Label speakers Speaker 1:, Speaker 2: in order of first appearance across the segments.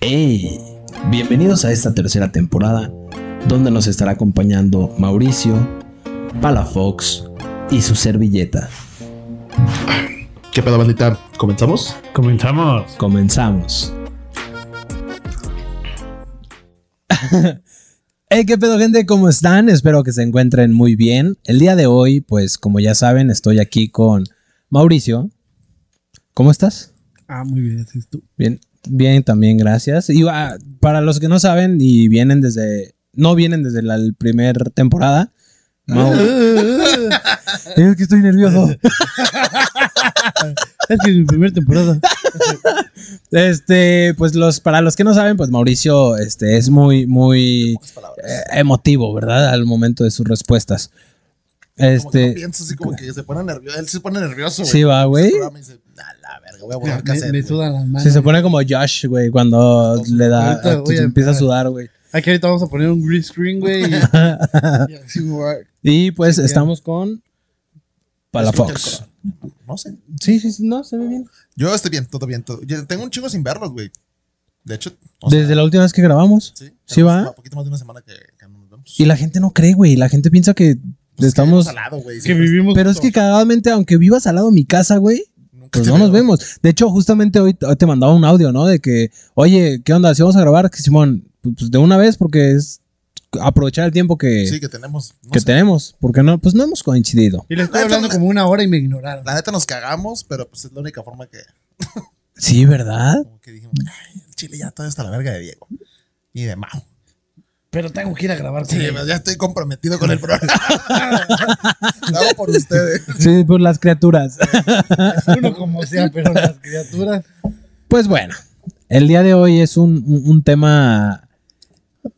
Speaker 1: ¡Hey! Bienvenidos a esta tercera temporada, donde nos estará acompañando Mauricio, Palafox y su servilleta.
Speaker 2: ¿Qué pedo, bandita? ¿Comenzamos?
Speaker 3: Comenzamos.
Speaker 1: Comenzamos. Hey, qué pedo, gente, ¿cómo están? Espero que se encuentren muy bien. El día de hoy, pues, como ya saben, estoy aquí con Mauricio. ¿Cómo estás?
Speaker 3: Ah, muy bien, así es tú.
Speaker 1: Bien, bien, también, gracias. Y ah, para los que no saben y vienen desde. No vienen desde la primera temporada. Mau- es que estoy nervioso.
Speaker 3: Es que es mi primera temporada.
Speaker 1: Este, pues los, para los que no saben, pues Mauricio este, es muy, muy eh, emotivo, ¿verdad? Al momento de sus respuestas.
Speaker 4: Como que no
Speaker 1: Este,
Speaker 4: piensa así como que se pone nervioso. Él se pone nervioso, güey.
Speaker 1: sí va, güey.
Speaker 4: Programa Y dice, "A la verga, voy a borrar
Speaker 3: Me,
Speaker 4: cassette,
Speaker 3: me
Speaker 4: güey".
Speaker 3: sudan las manos.
Speaker 1: Sí, se pone como Josh, güey, cuando le da, ah,
Speaker 3: Ahorita voy a
Speaker 1: empieza a
Speaker 3: empezar.
Speaker 1: sudar, güey.
Speaker 3: Aquí ahorita vamos a poner un green screen, güey. Y, y así me voy a-
Speaker 1: Y pues
Speaker 3: Sí, claro.
Speaker 1: estamos con Palafox.
Speaker 4: No sé.
Speaker 1: Sí, sí, sí, no, se ve bien.
Speaker 4: Yo estoy bien, todo bien. Todo. Yo tengo un chingo sin verlos, güey. De hecho, o sea,
Speaker 1: Desde la última vez que grabamos.
Speaker 4: Sí,
Speaker 1: ¿Sí va?
Speaker 4: Un poquito más de una semana que, que no nos vemos.
Speaker 1: Y la gente no cree, güey. La gente piensa que
Speaker 4: Pues
Speaker 1: estamos.
Speaker 4: que al lado, güey. pues,
Speaker 3: Que
Speaker 4: Siempre-
Speaker 3: vivimos.
Speaker 1: Pero es que cagadamente, aunque vivas al lado de mi casa, güey,
Speaker 4: nunca
Speaker 1: pues
Speaker 4: te
Speaker 1: no nos
Speaker 4: veo.
Speaker 1: vemos. De hecho, justamente hoy hoy te mandaba un audio, ¿no? De que, oye, ¿qué onda? Si vamos a grabar, que Simón, pues de una vez, porque es aprovechar el tiempo que,
Speaker 4: Sí, que tenemos. no
Speaker 1: que
Speaker 4: sé.
Speaker 1: tenemos. Porque no, pues no hemos coincidido.
Speaker 3: Y le estoy hablando como una hora y me ignoraron.
Speaker 4: La neta nos cagamos, pero pues es la única forma que,
Speaker 1: Sí, ¿verdad?
Speaker 4: como que dijimos, ay, el chile ya todo está la verga de Diego. Y de Mau.
Speaker 3: Pero tengo que ir a grabar.
Speaker 4: Sí,
Speaker 3: güey.
Speaker 4: ya estoy comprometido con el programa. Lo hago por ustedes.
Speaker 1: Sí, por las criaturas.
Speaker 3: Uno como sea, pero las criaturas.
Speaker 1: Pues bueno, el día de hoy es un, un- un tema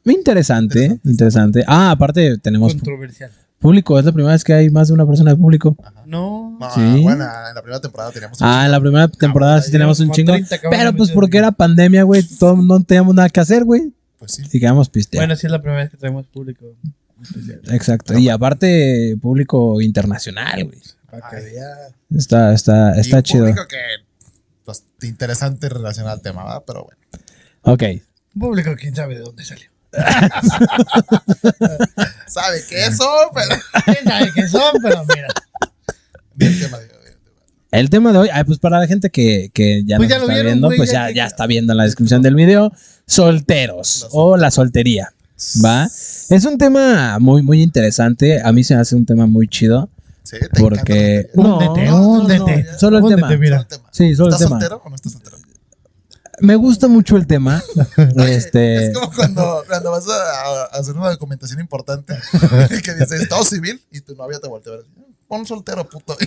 Speaker 1: interesante, interesante. Ah, aparte tenemos
Speaker 3: Controversial.
Speaker 1: público, es la primera vez que hay más de una persona de público.
Speaker 3: No.
Speaker 4: No,
Speaker 1: Sí.
Speaker 4: bueno, en la primera temporada teníamos un
Speaker 1: Ah, en la primera temporada sí
Speaker 3: ya
Speaker 1: teníamos un
Speaker 3: como
Speaker 1: chingo.
Speaker 3: 30 cabrones
Speaker 1: Pero pues
Speaker 3: metidos,
Speaker 1: porque
Speaker 3: güey.
Speaker 1: era pandemia, güey, todo- no teníamos nada que hacer, güey.
Speaker 4: chingo, pues sí.
Speaker 1: Y quedamos pisteando.
Speaker 3: Bueno, sí es la primera vez que traemos público. especial.
Speaker 1: Exacto. Y aparte, público internacional, güey.
Speaker 3: Para que
Speaker 4: Ay.
Speaker 3: vea.
Speaker 1: Está, está,
Speaker 4: Y
Speaker 1: está
Speaker 4: un
Speaker 1: chido.
Speaker 4: público que, pues, interesante relacionado al tema, ¿verdad? Pero bueno.
Speaker 1: Ok.
Speaker 3: Un Público, quién sabe de dónde salió.
Speaker 4: ¿Sabe qué eso? Pero...
Speaker 3: Quién sabe qué son, pero mira.
Speaker 4: Bien tema, Diego, bien tema.
Speaker 1: El tema de hoy, ay, pues para la gente que, que ya
Speaker 3: Pues
Speaker 1: nos
Speaker 3: ya lo
Speaker 1: está
Speaker 3: vieron,
Speaker 1: viendo,
Speaker 3: güey,
Speaker 1: pues
Speaker 3: ya
Speaker 1: ya,
Speaker 3: que-
Speaker 1: ya está viendo la descripción del video, solteros
Speaker 4: La
Speaker 1: o la soltería, ¿va? Es un tema muy, muy interesante, a mí se me hace un tema muy chido,
Speaker 4: Sí, te
Speaker 1: porque...
Speaker 4: encanta
Speaker 1: No,
Speaker 3: Húndete,
Speaker 1: no, no,
Speaker 3: húndete,
Speaker 1: no, solo el
Speaker 3: húndete,
Speaker 1: tema.
Speaker 4: el tema.
Speaker 3: mira.
Speaker 1: Sí, solo el
Speaker 4: ¿Estás
Speaker 1: tema.
Speaker 4: soltero o no estás soltero?
Speaker 1: Me gusta mucho el tema, este...
Speaker 4: Es como cuando, cuando vas a, a hacer una documentación importante que dice estado civil y tu novia te voltea a ver. "Ah, Pon soltero, puto. Y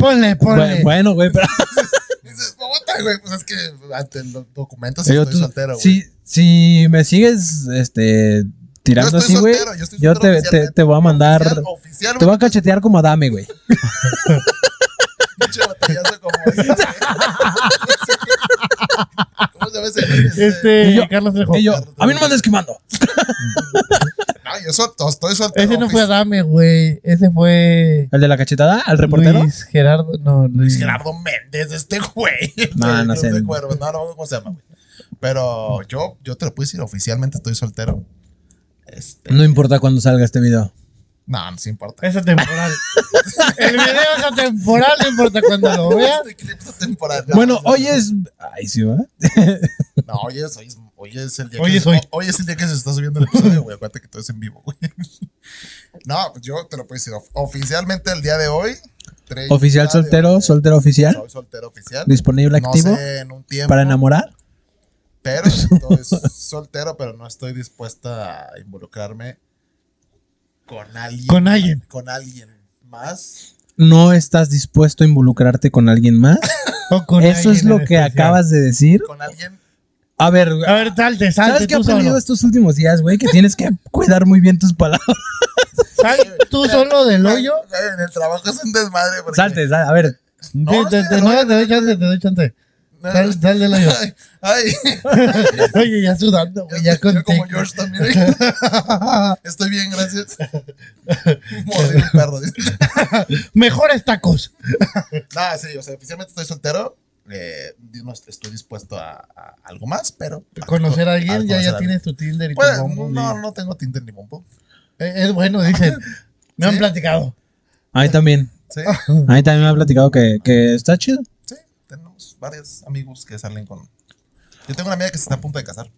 Speaker 3: Ponle, ponle.
Speaker 1: bu- Bueno, güey, pero...
Speaker 4: dices, puta, güey. Pues es que ante los documentos
Speaker 1: Digo,
Speaker 4: estoy
Speaker 1: tú-
Speaker 4: soltero, güey.
Speaker 1: si, si me sigues, este... Tirando así, güey,
Speaker 4: yo estoy
Speaker 1: yo te, te, te voy a mandar...
Speaker 4: oficialmente. Oficial,
Speaker 1: Te
Speaker 4: oficial,
Speaker 1: voy a cachetear como Adame, güey.
Speaker 4: pinche batallazo como este. ¿Cómo se llama ese güey? Este,
Speaker 3: Este,
Speaker 1: Y yo-
Speaker 3: Carlos
Speaker 4: Oh,
Speaker 3: Trejo.
Speaker 1: Y yo, a mí no me andes quemando.
Speaker 4: No, yo sol- estoy soltero.
Speaker 3: Ese no
Speaker 4: ofici-
Speaker 3: fue Adame, güey. Ese fue.
Speaker 1: ¿El de la cachetada? ¿Al reportero?
Speaker 3: Luis Gerardo. No, Luis.
Speaker 4: Luis Gerardo Méndez, este güey.
Speaker 1: No,
Speaker 4: El
Speaker 1: no sé.
Speaker 4: de Cuervos. No, no, ¿cómo se llama, güey? Pero yo, yo te lo puedo decir, oficialmente estoy soltero. Este,
Speaker 1: No importa cuándo salga este video.
Speaker 4: no, no se importa.
Speaker 3: Es atemporal. El video es atemporal, no importa cuando lo veas.
Speaker 4: Este clip es atemporal. No,
Speaker 1: bueno,
Speaker 4: no,
Speaker 1: hoy es. Ay, sí, ¿verdad?
Speaker 4: No, hoy es, hoy es, hoy es el día
Speaker 3: Hoy
Speaker 4: que
Speaker 3: es
Speaker 4: se,
Speaker 3: hoy.
Speaker 4: hoy es el día que se está subiendo el episodio, güey. Acuérdate que todo es en vivo, güey. No, pues yo te lo puedo decir. of- Oficialmente el día de hoy. 30
Speaker 1: Oficial
Speaker 4: de
Speaker 1: soltero,
Speaker 4: hoy,
Speaker 1: soltero oficial.
Speaker 4: Soy soltero oficial.
Speaker 1: Disponible
Speaker 4: no
Speaker 1: activo
Speaker 4: sé en un tiempo.
Speaker 1: para enamorar.
Speaker 4: Pero estoy soltero, pero no estoy dispuesta a involucrarme con alguien.
Speaker 3: Con alguien.
Speaker 4: Con alguien más.
Speaker 1: ¿No estás dispuesto a involucrarte con alguien más?
Speaker 3: o con
Speaker 1: Eso es
Speaker 3: alguien
Speaker 1: lo
Speaker 3: en
Speaker 1: que
Speaker 3: especial.
Speaker 1: acabas de decir.
Speaker 4: Con alguien.
Speaker 1: A ver,
Speaker 3: A ver, salte, salte
Speaker 1: ¿sabes qué he
Speaker 3: tú
Speaker 1: aprendido
Speaker 3: solo.
Speaker 1: estos últimos días, güey? Que tienes que cuidar muy bien tus palabras.
Speaker 3: Sal tú solo del hoyo.
Speaker 4: Güey, En el trabajo es un desmadre. porque-
Speaker 1: Salte, sal- a ver.
Speaker 4: No,
Speaker 3: Sí, te, te-
Speaker 4: sí,
Speaker 3: no, te doy chance, te doy chance.
Speaker 4: no,
Speaker 3: Sal, sal del hoyo.
Speaker 4: Ay, ay,
Speaker 3: Oye, ya sudando, güey, ya
Speaker 4: yo
Speaker 3: con
Speaker 4: como George también. ¿eh? Estoy bien, gracias. Mordí un perro. dice.
Speaker 3: Mejores tacos.
Speaker 4: No, sí, o sea, oficialmente estoy soltero, eh, no estoy dispuesto a, a algo más, pero.
Speaker 3: Conocer a alguien, ya,
Speaker 4: conocer
Speaker 3: ya
Speaker 4: a
Speaker 3: tienes tu Tinder y
Speaker 4: Pues,
Speaker 3: tu Bumble.
Speaker 4: no,
Speaker 3: y-
Speaker 4: no tengo Tinder ni Bumble.
Speaker 3: Eh, Es bueno, dicen. Me han
Speaker 4: Sí.
Speaker 3: platicado.
Speaker 1: Ahí también.
Speaker 4: Sí,
Speaker 3: Ah.
Speaker 1: Ahí también me ha platicado que, que está chido.
Speaker 4: sí, tenemos varios amigos que salen con. Yo tengo una amiga que se está a punto de casar,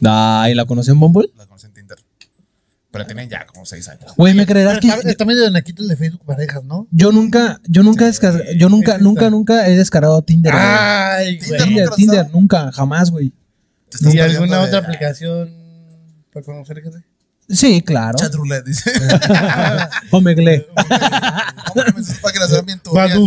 Speaker 1: Ay, Ah, ¿la conoció en Bumble?
Speaker 4: la conocí en Tinder. Pero tienen ya como seis años.
Speaker 1: Güey, ¿me creerás
Speaker 3: Pero
Speaker 1: que
Speaker 3: está, está medio de naquito el de Facebook parejas, ¿no?
Speaker 1: yo nunca, yo nunca, he descarga- yo nunca,
Speaker 3: ese
Speaker 1: nunca,
Speaker 3: está.
Speaker 1: nunca he descargado Tinder. güey.
Speaker 3: Ay,
Speaker 4: Tinder,
Speaker 3: güey.
Speaker 1: Tinder,
Speaker 4: nunca lo
Speaker 1: Tinder,
Speaker 4: sabe.
Speaker 1: nunca, jamás, güey.
Speaker 4: Te estás
Speaker 3: ¿Y
Speaker 4: perdiendo
Speaker 3: alguna
Speaker 4: de-
Speaker 3: otra aplicación para conocer gente?
Speaker 1: Sí, claro.
Speaker 4: Chat roulette, dice.
Speaker 1: Omegle.
Speaker 4: Hombre, esas páginas eran bien turbias.
Speaker 3: Badu.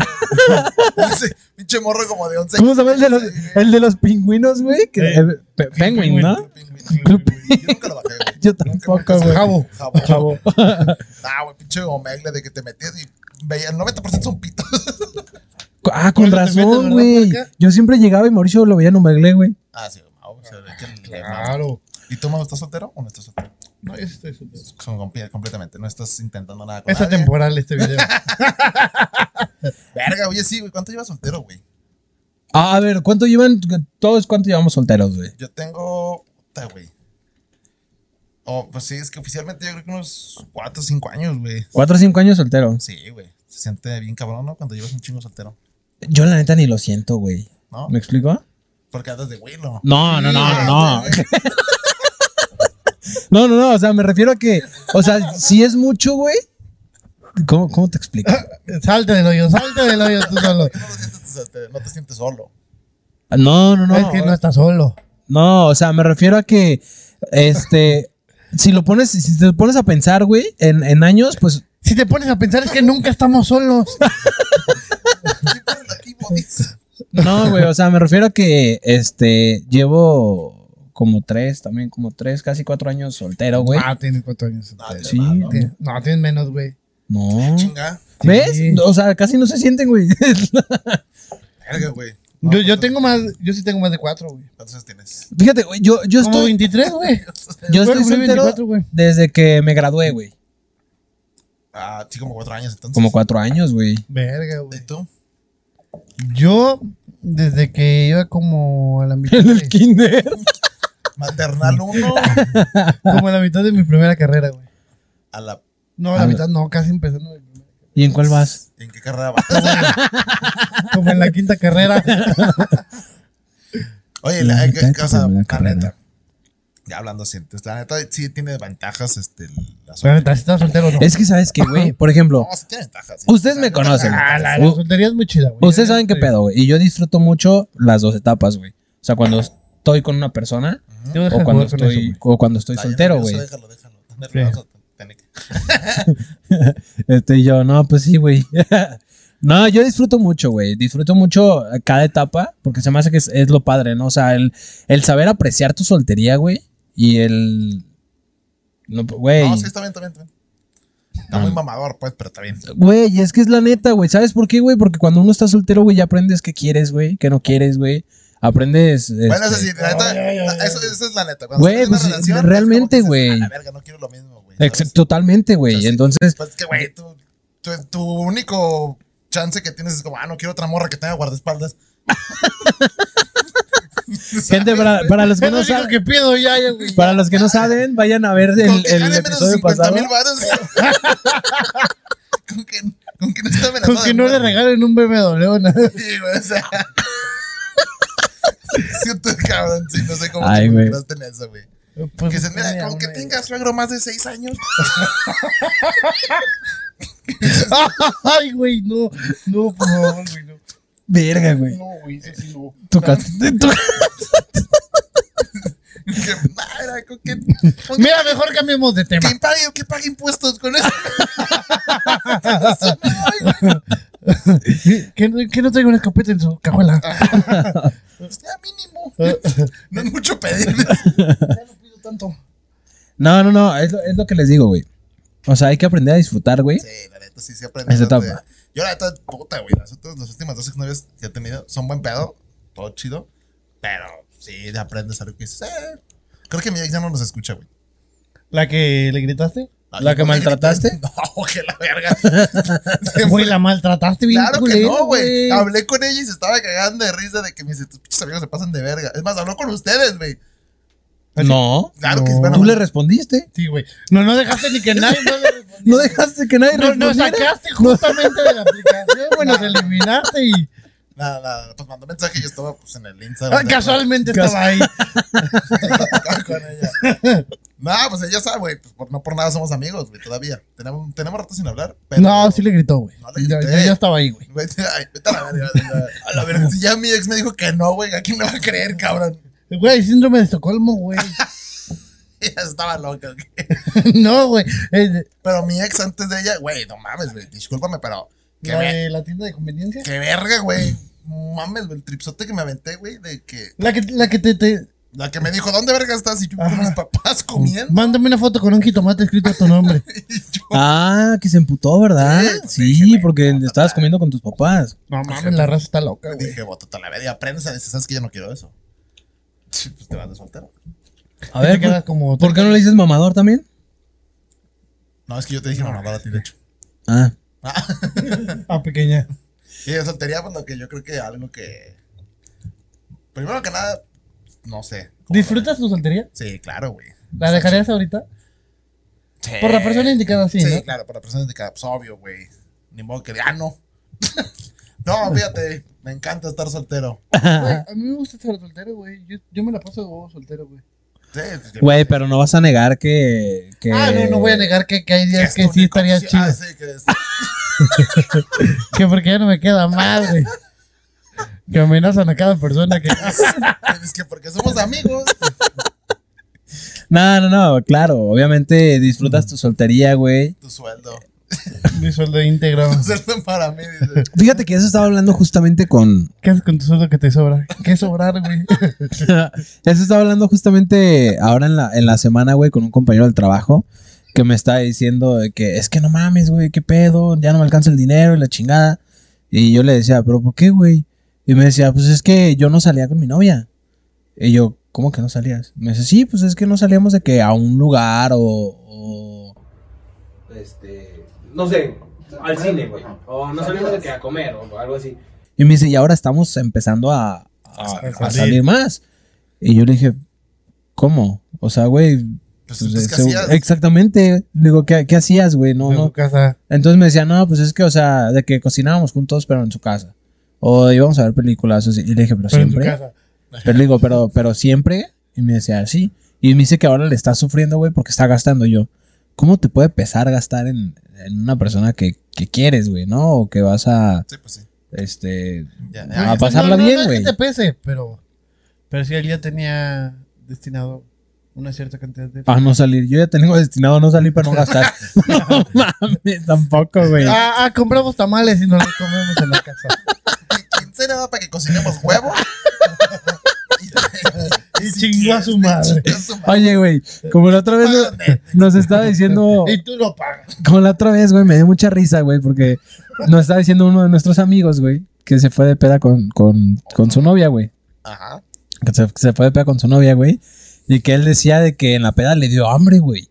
Speaker 4: Dice, pinche morro como de 11
Speaker 1: ¿Cómo se llama el de los, el de los pingüinos, güey? Que-
Speaker 3: Eh,
Speaker 1: eh, pe- penguin, ¿no?
Speaker 4: Yo nunca lo bajé, güey.
Speaker 1: Yo
Speaker 4: Nunca lo
Speaker 1: tampoco,
Speaker 4: bajé.
Speaker 1: güey.
Speaker 3: Jabo.
Speaker 4: Jabo.
Speaker 1: Chavo.
Speaker 4: Ah, güey, pinche omegle de que te metías y veía el 90% son pitos.
Speaker 1: Ah, con
Speaker 3: Cuando te metes,
Speaker 1: razón,
Speaker 3: ¿verdad,
Speaker 1: güey.
Speaker 3: por acá?
Speaker 1: Yo siempre llegaba y Mauricio lo veía en Omegle, güey.
Speaker 4: Ah, sí, Mau, se ve que el-
Speaker 3: Claro.
Speaker 4: ¿Y tú, Mau, estás soltero o no estás soltero?
Speaker 3: No, yo sí estoy soltero.
Speaker 4: Son comple- completamente, no estás intentando nada con
Speaker 3: Es
Speaker 4: nadie.
Speaker 3: atemporal este video.
Speaker 4: Verga, oye, sí, güey, ¿cuánto llevas soltero, güey?
Speaker 1: Ah, a ver, ¿cuánto llevan? Todos, ¿cuánto llevamos solteros, güey?
Speaker 4: Yo tengo... Puta, güey. Oh, pues sí, es que oficialmente yo creo que unos 4 o 5 años, güey.
Speaker 1: Cuatro o cinco años solteros.
Speaker 4: Sí, güey. Se siente bien cabrón, ¿no? Cuando llevas un chingo soltero,
Speaker 1: Yo la neta ni lo siento, güey.
Speaker 4: ¿no?
Speaker 1: ¿Me explico?
Speaker 4: Porque andas de güey, ¿no?
Speaker 1: No, no, no, no.
Speaker 4: Sí, güey.
Speaker 1: No, no, no. O sea, me refiero a que, o sea, si es mucho, güey. ¿Cómo, cómo te explico?
Speaker 3: salte del hoyo, salte del hoyo tú
Speaker 4: No,
Speaker 3: solo.
Speaker 4: te sientes soltero, no te sientes solo.
Speaker 1: No, no, no.
Speaker 3: es
Speaker 4: eh.
Speaker 3: que no estás solo.
Speaker 1: No, o sea, me refiero a que, este, si lo pones, si te pones a pensar, güey, en, en años, pues,
Speaker 3: Si te pones a pensar es que nunca estamos solos.
Speaker 4: Aquí, bodis.
Speaker 1: no, güey, o sea, me refiero a que, este, llevo como tres, también como tres, casi cuatro años soltero, güey.
Speaker 3: Ah, tienes cuatro años.
Speaker 4: No, te
Speaker 1: Sí.
Speaker 4: va, ¿no?
Speaker 3: Tien- No, tienes menos, güey.
Speaker 1: No.
Speaker 4: Chinga.
Speaker 1: ¿Ves?
Speaker 3: Sí.
Speaker 1: O sea, casi no se sienten, güey.
Speaker 4: Verga, güey. No,
Speaker 3: Yo, yo
Speaker 4: ¿cuántos-
Speaker 3: tengo más, yo sí tengo más de cuatro, güey.
Speaker 4: ¿Cuántos años tienes?
Speaker 1: Fíjate, güey, yo, yo
Speaker 3: Como
Speaker 1: estoy,
Speaker 3: 23, güey.
Speaker 1: yo
Speaker 3: Voy a
Speaker 1: estoy
Speaker 3: cumplir
Speaker 1: soltero
Speaker 3: 24, güey.
Speaker 1: desde que me gradué, güey.
Speaker 4: Ah, sí, como cuatro años entonces.
Speaker 1: Como cuatro años, güey.
Speaker 3: Verga,
Speaker 4: ¿Y
Speaker 3: güey.
Speaker 4: tú?
Speaker 3: Yo, desde que iba como a la mitad
Speaker 1: En el
Speaker 3: de,
Speaker 1: kinder.
Speaker 4: Maternal 1
Speaker 3: como a la mitad de mi primera carrera, güey.
Speaker 4: a la...
Speaker 3: No, a
Speaker 1: A
Speaker 4: Ah.
Speaker 3: la
Speaker 1: la-
Speaker 3: mitad no, casi empezando. mi primera.
Speaker 1: ¿Y en cuál vas?
Speaker 4: ¿En qué carrera vas?
Speaker 3: Como en la quinta carrera.
Speaker 4: Oye,
Speaker 1: La
Speaker 4: la, eh,
Speaker 1: neta,
Speaker 4: que- o sea,
Speaker 1: primera
Speaker 4: la
Speaker 1: carrera.
Speaker 4: neta. Ya hablando así, entonces, la neta sí tiene ventajas este, el- la
Speaker 3: Pero
Speaker 4: soltería.
Speaker 3: mientras estás soltero, no.
Speaker 1: Es que, ¿sabes qué, güey? Por ejemplo,
Speaker 4: No, sí tiene ventajas. sí.
Speaker 1: Ustedes
Speaker 4: O sea,
Speaker 1: me
Speaker 4: no-
Speaker 1: conocen.
Speaker 4: Ah,
Speaker 3: Ah,
Speaker 4: la-
Speaker 3: la, la soltería es muy chida, güey.
Speaker 1: Ustedes saben qué pedo, güey. Y yo disfruto mucho las dos etapas, güey. O sea, cuando estoy con una persona
Speaker 4: Ujú.
Speaker 3: Yo dejo
Speaker 1: o
Speaker 3: de
Speaker 1: cuando
Speaker 3: jugar con eso,
Speaker 1: estoy,
Speaker 3: güey.
Speaker 1: o cuando estoy
Speaker 4: Está ya
Speaker 1: soltero,
Speaker 4: nervioso,
Speaker 1: güey.
Speaker 4: Déjalo, déjalo. Está nervioso, Titanic.
Speaker 1: Este, y yo, no, pues sí, güey. no, yo disfruto mucho, güey. Disfruto mucho cada etapa porque se me hace que es, es lo padre, ¿no? O sea, el, el saber apreciar tu soltería, güey. Y el... No, güey.
Speaker 4: No, sí, está bien, está bien, está bien. Está
Speaker 1: Ah.
Speaker 4: muy mamador, pues, pero está bien.
Speaker 1: Este, Güey, es que es la neta, güey. ¿Sabes por qué, güey? Porque cuando uno está soltero, güey, ya aprendes qué quieres, güey, qué no quieres, güey. Aprendes.
Speaker 4: Bueno,
Speaker 1: este,
Speaker 4: eso sí, la neta,
Speaker 3: Ay, ay, ay,
Speaker 4: la-
Speaker 3: ay.
Speaker 4: eso, eso es la neta. Cuando
Speaker 1: Güey,
Speaker 4: estás en una
Speaker 1: pues,
Speaker 4: relación,
Speaker 1: realmente,
Speaker 4: es como que
Speaker 1: güey.
Speaker 4: dices, "A la verga, no quiero lo mismo, güey.
Speaker 1: ex-
Speaker 4: ¿sabes?
Speaker 1: totalmente, güey.
Speaker 4: Entonces,
Speaker 1: Entonces,
Speaker 4: Pues que, güey, tu, tu, tu único chance que tienes es como, ah, no quiero otra morra que tenga guardaespaldas.
Speaker 1: gente, para, para los que
Speaker 3: Es lo
Speaker 1: no
Speaker 3: único
Speaker 1: saben,
Speaker 3: que pido ya, ya, güey.
Speaker 1: para los que no saben, vayan a ver
Speaker 4: Con
Speaker 1: el,
Speaker 4: que
Speaker 1: el
Speaker 4: gane menos de
Speaker 1: episodio
Speaker 4: 50
Speaker 1: pasado.
Speaker 4: mil varos. con, que, con que no esté amenazado.
Speaker 3: Con que no le regalen un BMW, nada.
Speaker 4: Sí, güey, o sea. Siento cabrón, sí, no sé cómo
Speaker 1: Ay,
Speaker 4: te
Speaker 1: güey.
Speaker 4: involucraste en eso, güey.
Speaker 3: Pues,
Speaker 4: Que se mira,
Speaker 3: mira,
Speaker 4: con que
Speaker 3: una-
Speaker 4: tengas suegro más de 6 años.
Speaker 3: Ay, güey, no. No, por favor, güey, no.
Speaker 1: Verga, güey.
Speaker 3: No, güey, eso sí no.
Speaker 1: Tu cas- tu-
Speaker 4: Que, madre, con que, con que,
Speaker 3: Mira, mejor cambiemos de tema.
Speaker 4: que pague, que pague impuestos con eso.
Speaker 3: Que, no- que no traiga una escopeta en su cajuela.
Speaker 4: O sea, mínimo. No es mucho pedir.
Speaker 3: Ya no pido tanto.
Speaker 1: No, no, no. Es lo, es lo que les digo, güey. O sea, hay que aprender a disfrutar, güey.
Speaker 4: Sí, la neta, sí, sí aprendí.
Speaker 1: Esa
Speaker 4: bastante.
Speaker 1: etapa.
Speaker 4: Yo la neta, puta, güey. Las, otras- las últimas dos exnovias que he tenido son buen pedo, todo chido. Pero sí, aprendes algo que dices, eh. Creo que mi ex ya no nos escucha, güey.
Speaker 3: ¿La que le gritaste?
Speaker 4: Ay,
Speaker 1: ¿La que
Speaker 4: no,
Speaker 1: maltrataste?
Speaker 4: No, que la verga.
Speaker 3: Güey, la maltrataste bien.
Speaker 4: Claro que
Speaker 3: culero,
Speaker 4: no, güey. Hablé con ella y se estaba cagando de risa de que me dice, tus pinches amigos se pasan de verga. Es más, habló con ustedes, güey.
Speaker 1: No.
Speaker 4: Claro que
Speaker 3: No.
Speaker 4: es bueno.
Speaker 1: Tú le respondiste.
Speaker 3: Sí, güey. No, no dejaste ni que nadie no le respondiera.
Speaker 1: No dejaste que nadie
Speaker 3: No, no,
Speaker 1: respondiera.
Speaker 3: sacaste justamente de la aplicación, güey. Nos eliminaste y
Speaker 4: Nada, nada. Pues mandó mensaje y yo estaba pues, en el
Speaker 3: Ah,
Speaker 4: Instagram. de-
Speaker 3: casualmente
Speaker 1: Cas-
Speaker 3: estaba ahí.
Speaker 4: con ella. No, pues ella sabe, güey. Pues por- no por nada somos amigos, güey, todavía. Tenemos, tenemos rato sin hablar. Pero,
Speaker 3: No, sí le gritó, güey.
Speaker 4: No le
Speaker 3: Yo,
Speaker 4: grité.
Speaker 3: yo- yo estaba ahí, güey.
Speaker 4: Güey, ay, vete a la verga. o sea, A la verga. Si ya mi ex me dijo que no, güey, ¿a quién me va a creer, cabrón?
Speaker 3: Güey, síndrome de Estocolmo, güey.
Speaker 4: Ella estaba loca. güey.
Speaker 3: no, güey. Eh,
Speaker 4: Pero mi ex antes de ella, güey, no mames, güey. Discúlpame, pero. Qué,
Speaker 3: ¿La
Speaker 4: ve-
Speaker 3: de la tienda de conveniencia?
Speaker 4: qué verga, güey. Mames, güey, el tripsote que me aventé, güey, de que.
Speaker 3: La que, la que te, te-
Speaker 4: La que me dijo, ¿dónde verga estás? Y yo con
Speaker 3: Ajá.
Speaker 4: mis papás comiendo.
Speaker 3: Mándame una foto con un jitomate escrito a tu nombre.
Speaker 4: Y yo,
Speaker 1: Ah, que se emputó, ¿verdad?
Speaker 4: Sí, pues
Speaker 1: Sí,
Speaker 4: dije, güey,
Speaker 1: porque
Speaker 4: no,
Speaker 1: estabas
Speaker 4: total.
Speaker 1: comiendo con tus papás.
Speaker 3: No mames, la raza está loca, güey.
Speaker 4: dije, bótate a la verga, aprendes a decir, ¿sabes que yo no quiero eso? Sí, Pues te vas de soltero.
Speaker 1: A
Speaker 3: Te
Speaker 4: pues,
Speaker 1: ver,
Speaker 3: quedas
Speaker 1: ¿por,
Speaker 3: como.
Speaker 1: por qué no le dices mamador también?
Speaker 4: No, es que yo te dije una mamada a ti, de hecho.
Speaker 1: Ah,
Speaker 3: Ah, pequeña.
Speaker 4: Sí, de soltería, pues lo que yo creo que algo que. Primero que nada, no sé. ¿Cómo
Speaker 3: ¿Disfrutas tu soltería?
Speaker 4: fue? Sí, claro, güey.
Speaker 3: ¿La dejarías ahorita?
Speaker 4: Sí.
Speaker 3: Por la persona indicada, sí,
Speaker 4: Sí,
Speaker 3: ¿no?
Speaker 4: claro, por la persona indicada. Pues obvio, güey. Ni modo que. Ah, no. no, fíjate, me encanta estar soltero.
Speaker 3: Güey, a mí me gusta estar soltero, güey. Yo, yo me la paso de huevo soltero, güey.
Speaker 4: Sí, pues, sí, sí.
Speaker 1: güey, pero no vas a negar que, que-
Speaker 3: Ah, no, no voy
Speaker 1: Eh,
Speaker 3: a negar que, que hay días que
Speaker 4: tu
Speaker 3: sí
Speaker 4: única
Speaker 3: estaría
Speaker 4: opción. Ah,
Speaker 3: chido.
Speaker 4: sí, que es-
Speaker 3: Que porque ya no me queda mal, güey. Que amenazan a cada persona que.
Speaker 4: es que porque somos amigos. pues,
Speaker 1: No, no, no, claro. Obviamente disfrutas tu soltería, güey.
Speaker 4: Tu sueldo.
Speaker 3: Mi sueldo íntegro.
Speaker 4: Tu sueldo para mí. dice.
Speaker 1: Fíjate que eso estaba hablando justamente con.
Speaker 3: ¿Qué haces con tu sueldo que te sobra? ¿Qué es sobrar, güey?
Speaker 1: eso estaba hablando justamente ahora en la, en la semana, güey, con un compañero del trabajo que me estaba diciendo de que es que no mames, güey, qué pedo, ya no me alcanza el dinero y la chingada. Y yo le decía, ¿pero por qué, güey? Y me decía, pues es que yo no salía con mi novia. Y yo, ¿cómo que no salías? Me dice, sí, pues es que no salíamos de que a un lugar o- o
Speaker 5: este, no sé, al cine, güey. O no salimos de que a comer o algo así.
Speaker 1: Y me dice, y ahora estamos empezando a, a-
Speaker 3: Ah,
Speaker 4: Ah,
Speaker 1: a salir.
Speaker 3: salir.
Speaker 1: más. Y yo le dije, ¿cómo? O sea, güey.
Speaker 4: Pues,
Speaker 1: pues,
Speaker 4: entonces, ¿qué
Speaker 1: seguro-
Speaker 4: hacías?
Speaker 1: exactamente. Le Digo, ¿qué, qué hacías, güey? No,
Speaker 3: en tu
Speaker 1: no.
Speaker 3: casa.
Speaker 1: Entonces me decía, no, pues es que, o sea, de que cocinábamos juntos, pero en su casa. O íbamos a ver películas. así. Y le dije, pero,
Speaker 3: Pero en tu
Speaker 1: siempre.
Speaker 3: casa.
Speaker 1: Pero le digo, pero, pero siempre. Y me decía, sí. Y me dice que ahora le está sufriendo, güey, porque está gastando Y yo. ¿Cómo te puede pesar gastar en, en una persona que, que quieres, güey, no? O que vas a,
Speaker 4: Sí, pues sí.
Speaker 1: este,
Speaker 4: Ya,
Speaker 1: Ah,
Speaker 4: ya, ya.
Speaker 1: pa- pasarla bien,
Speaker 3: No es
Speaker 1: güey.
Speaker 3: que te pese, pero. Pero si él ya tenía destinado una cierta cantidad de. Ah,
Speaker 1: Para no salir. Yo ya tengo destinado a no salir para no gastar. no mames, tampoco, güey.
Speaker 3: Ah, ah, compramos tamales y nos los comemos en la casa.
Speaker 4: Mi quincena para que cocinemos huevo.
Speaker 3: Y chingó a su madre.
Speaker 4: Chinga su madre.
Speaker 1: Oye, güey, como la otra vez no- nos estaba diciendo,
Speaker 3: Y tú lo pagas.
Speaker 1: como la otra vez, güey, me dio mucha risa, güey, porque nos estaba diciendo uno de nuestros amigos, güey, que se fue de peda con, con, con su novia, güey.
Speaker 4: Ajá.
Speaker 1: Que se, que se fue de peda con su novia, güey. Y que él decía de que en la peda le dio hambre, güey.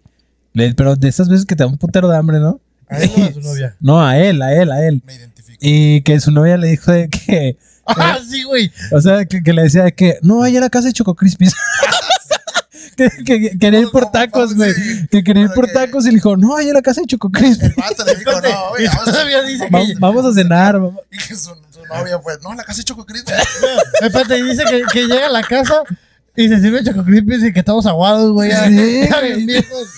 Speaker 1: Le- Pero de esas veces que te da un putero de hambre, ¿no?
Speaker 3: A él o a su novia.
Speaker 1: No, a él, a él, a él.
Speaker 4: Me identifico.
Speaker 1: Y que su novia le dijo de que,
Speaker 3: Ah, sí, güey.
Speaker 1: O sea, que, que le decía de que no, ayer a casa de Choco Crispis. que, que- que quería ir por
Speaker 4: Como Pablo,
Speaker 1: tacos, güey.
Speaker 4: sí.
Speaker 1: Que quería ir por
Speaker 4: Pero que-
Speaker 1: tacos y le dijo, no, ayer a casa de Choco
Speaker 4: El
Speaker 1: Crispis.
Speaker 4: vato le dijo, no,
Speaker 3: Y
Speaker 4: oye, vamos a
Speaker 3: todavía dice
Speaker 1: Va-
Speaker 3: que.
Speaker 1: vamos a cenar. va-
Speaker 4: Y que su, su novia fue, no, la casa de Choco Crispy.
Speaker 3: Espérate, y dice que, que llega a la casa y se sirve Choco Crispies y que estamos aguados, güey. ya-
Speaker 1: Sí,
Speaker 3: ya
Speaker 1: güey.
Speaker 3: bien viejos.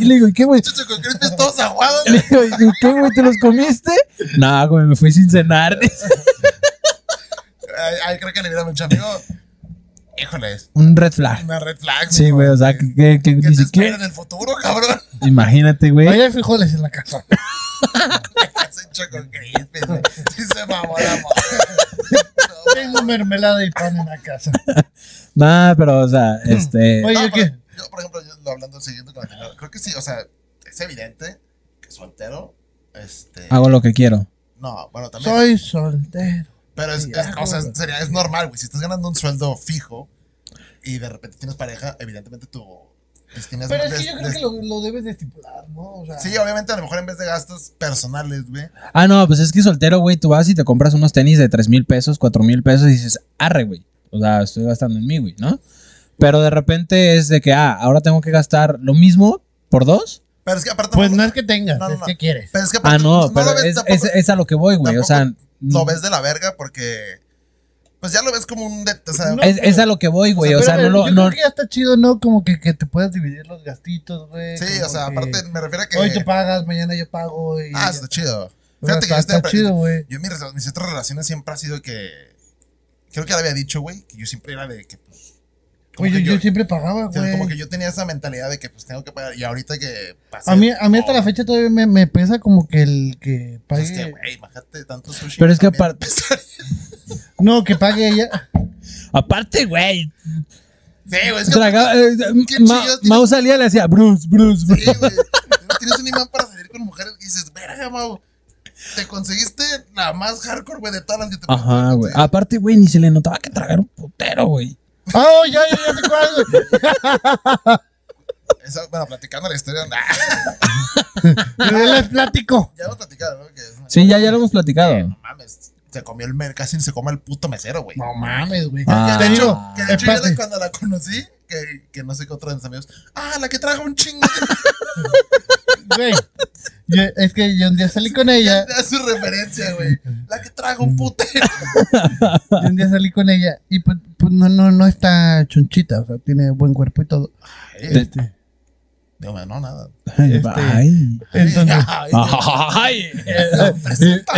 Speaker 1: Y le digo, ¿y qué, güey?
Speaker 4: Estos Choco Crispies todos aguados.
Speaker 1: Le digo, "¿Y qué, güey? ¿Te los comiste? No, güey, me fui sin cenar.
Speaker 4: Ay, ay, creo que le hubiera mucho amigo. Híjole, es
Speaker 1: Un red flag.
Speaker 4: una red flag.
Speaker 1: Sí, güey, o sea, que, que- que
Speaker 4: ¿Qué
Speaker 1: ni
Speaker 4: te espera
Speaker 1: siquiera.
Speaker 4: en el futuro, cabrón?
Speaker 1: Imagínate, güey.
Speaker 3: Ahí hay frijoles en la casa.
Speaker 4: La casa de Choco Crispies, güey. Sí se mamó la mo-
Speaker 3: Tengo mermelada y pan en la casa.
Speaker 1: No, pero, o sea, este.
Speaker 3: Oye,
Speaker 4: No,
Speaker 3: ¿qué?
Speaker 4: pero Yo, por ejemplo, yo lo hablando, siguiendo con el tema, creo que sí, o sea, es evidente que soltero, este...
Speaker 1: Hago lo que quiero.
Speaker 4: No, bueno, también...
Speaker 3: Ah, Soy soltero.
Speaker 4: Pero es,
Speaker 3: Sí,
Speaker 4: es-
Speaker 3: ah,
Speaker 4: o sea,
Speaker 3: güey.
Speaker 4: sería, es normal, güey. Si estás ganando un sueldo fijo y de repente tienes pareja, evidentemente tu, pues tienes
Speaker 3: Pero es
Speaker 4: des-
Speaker 3: que yo creo
Speaker 4: des-
Speaker 3: que lo, lo debes de estipular, ¿no? O sea,
Speaker 4: Sí, obviamente a lo mejor en vez de gastos personales, güey.
Speaker 1: Ah, no, pues es que soltero, güey, tú vas y te compras unos tenis de 3 mil pesos, 4 mil pesos y dices, arre, güey. O sea, estoy gastando en mí, güey, ¿no? Pero de repente es de que, ah, ahora tengo que gastar lo mismo por dos.
Speaker 4: Pero es que aparte
Speaker 3: pues no es que tengas,
Speaker 4: No, no,
Speaker 3: es
Speaker 4: no.
Speaker 3: que quieres.
Speaker 4: Pero es que
Speaker 1: Ah,
Speaker 4: aparte
Speaker 1: no,
Speaker 4: lo
Speaker 1: pero
Speaker 4: ves
Speaker 1: es,
Speaker 4: tampoco-
Speaker 1: es- es a lo que voy, güey. O sea,
Speaker 4: lo ves de la verga porque pues ya lo ves como un de- o sea,
Speaker 3: No,
Speaker 1: es, es a lo que voy, güey. O sea,
Speaker 3: pero
Speaker 1: no lo.
Speaker 3: yo
Speaker 1: No,
Speaker 3: creo que ya está chido, ¿no? Como que, que te puedas dividir los gastitos, güey.
Speaker 4: sí,
Speaker 3: como
Speaker 4: o sea,
Speaker 3: que
Speaker 4: aparte me refiero a que
Speaker 3: Hoy tú pagas, mañana yo pago. Y
Speaker 4: Ah, está chido.
Speaker 3: O sea,
Speaker 4: Fíjate que yo
Speaker 3: está,
Speaker 4: siempre-
Speaker 3: está chido, güey.
Speaker 4: Yo en mis, mis otras relaciones siempre ha sido que creo que le había dicho, güey, que yo siempre era de que pues como
Speaker 3: Güey, yo,
Speaker 4: que
Speaker 3: yo siempre pagaba,
Speaker 4: o sea, como que
Speaker 3: güey.
Speaker 4: yo tenía esa mentalidad de que pues tengo que pagar y ahorita que pasé
Speaker 3: A mí, a mí hasta
Speaker 4: oh,
Speaker 3: la fecha todavía me, me pesa como que el que pague.
Speaker 4: pues, es que, güey, bájate tanto sushi.
Speaker 1: Pero es que
Speaker 4: también.
Speaker 1: aparte-
Speaker 3: No, que pague ella.
Speaker 1: Aparte, güey.
Speaker 4: Sí, güey, es que
Speaker 1: Traga, eh,
Speaker 4: qué
Speaker 1: Ma-
Speaker 4: chido, tío.
Speaker 1: Mau salía y le hacía, Bruce, Bruce, Bruce.
Speaker 4: Sí, güey. Tienes un imán para salir con mujeres y dices, verga, Mau. Te conseguiste la más hardcore, güey, de todas las que te
Speaker 1: Ajá,
Speaker 4: puedes
Speaker 1: güey. Ah.
Speaker 4: conseguir".
Speaker 1: Aparte, güey, ni se le notaba que tragara un putero, güey.
Speaker 3: ¡Ah, oh, ya, ya, ya te acuerdas, güey!
Speaker 4: Esa, bueno, platicando la historia. nah,
Speaker 3: Yo les platico.
Speaker 4: ya lo platicado, ¿no? Que es una-
Speaker 1: Sí, ya, ya lo hemos platicado.
Speaker 4: No mames. Se comió el mer, casi se come el puto mesero, güey.
Speaker 3: No mames, güey.
Speaker 1: Ah.
Speaker 4: Que de
Speaker 3: Te digo,
Speaker 4: hecho, que de hecho yo
Speaker 3: espérate.
Speaker 4: la- cuando la conocí, que, que no sé qué otra de mis amigos. Ah, la que trajo un chingo.
Speaker 3: güey. yo- es que yo un día salí con ella.
Speaker 4: Ya su referencia, güey. La que trajo un putero.
Speaker 3: Yo un día salí con ella. Y pues, pues, no, no, no está chonchita. O sea, tiene buen cuerpo y todo.
Speaker 4: Ay, Digo, no, nada.
Speaker 1: Ay,
Speaker 3: Este-
Speaker 1: ay.
Speaker 3: Entonces,
Speaker 4: Ay,
Speaker 1: Ay.
Speaker 4: la presenta.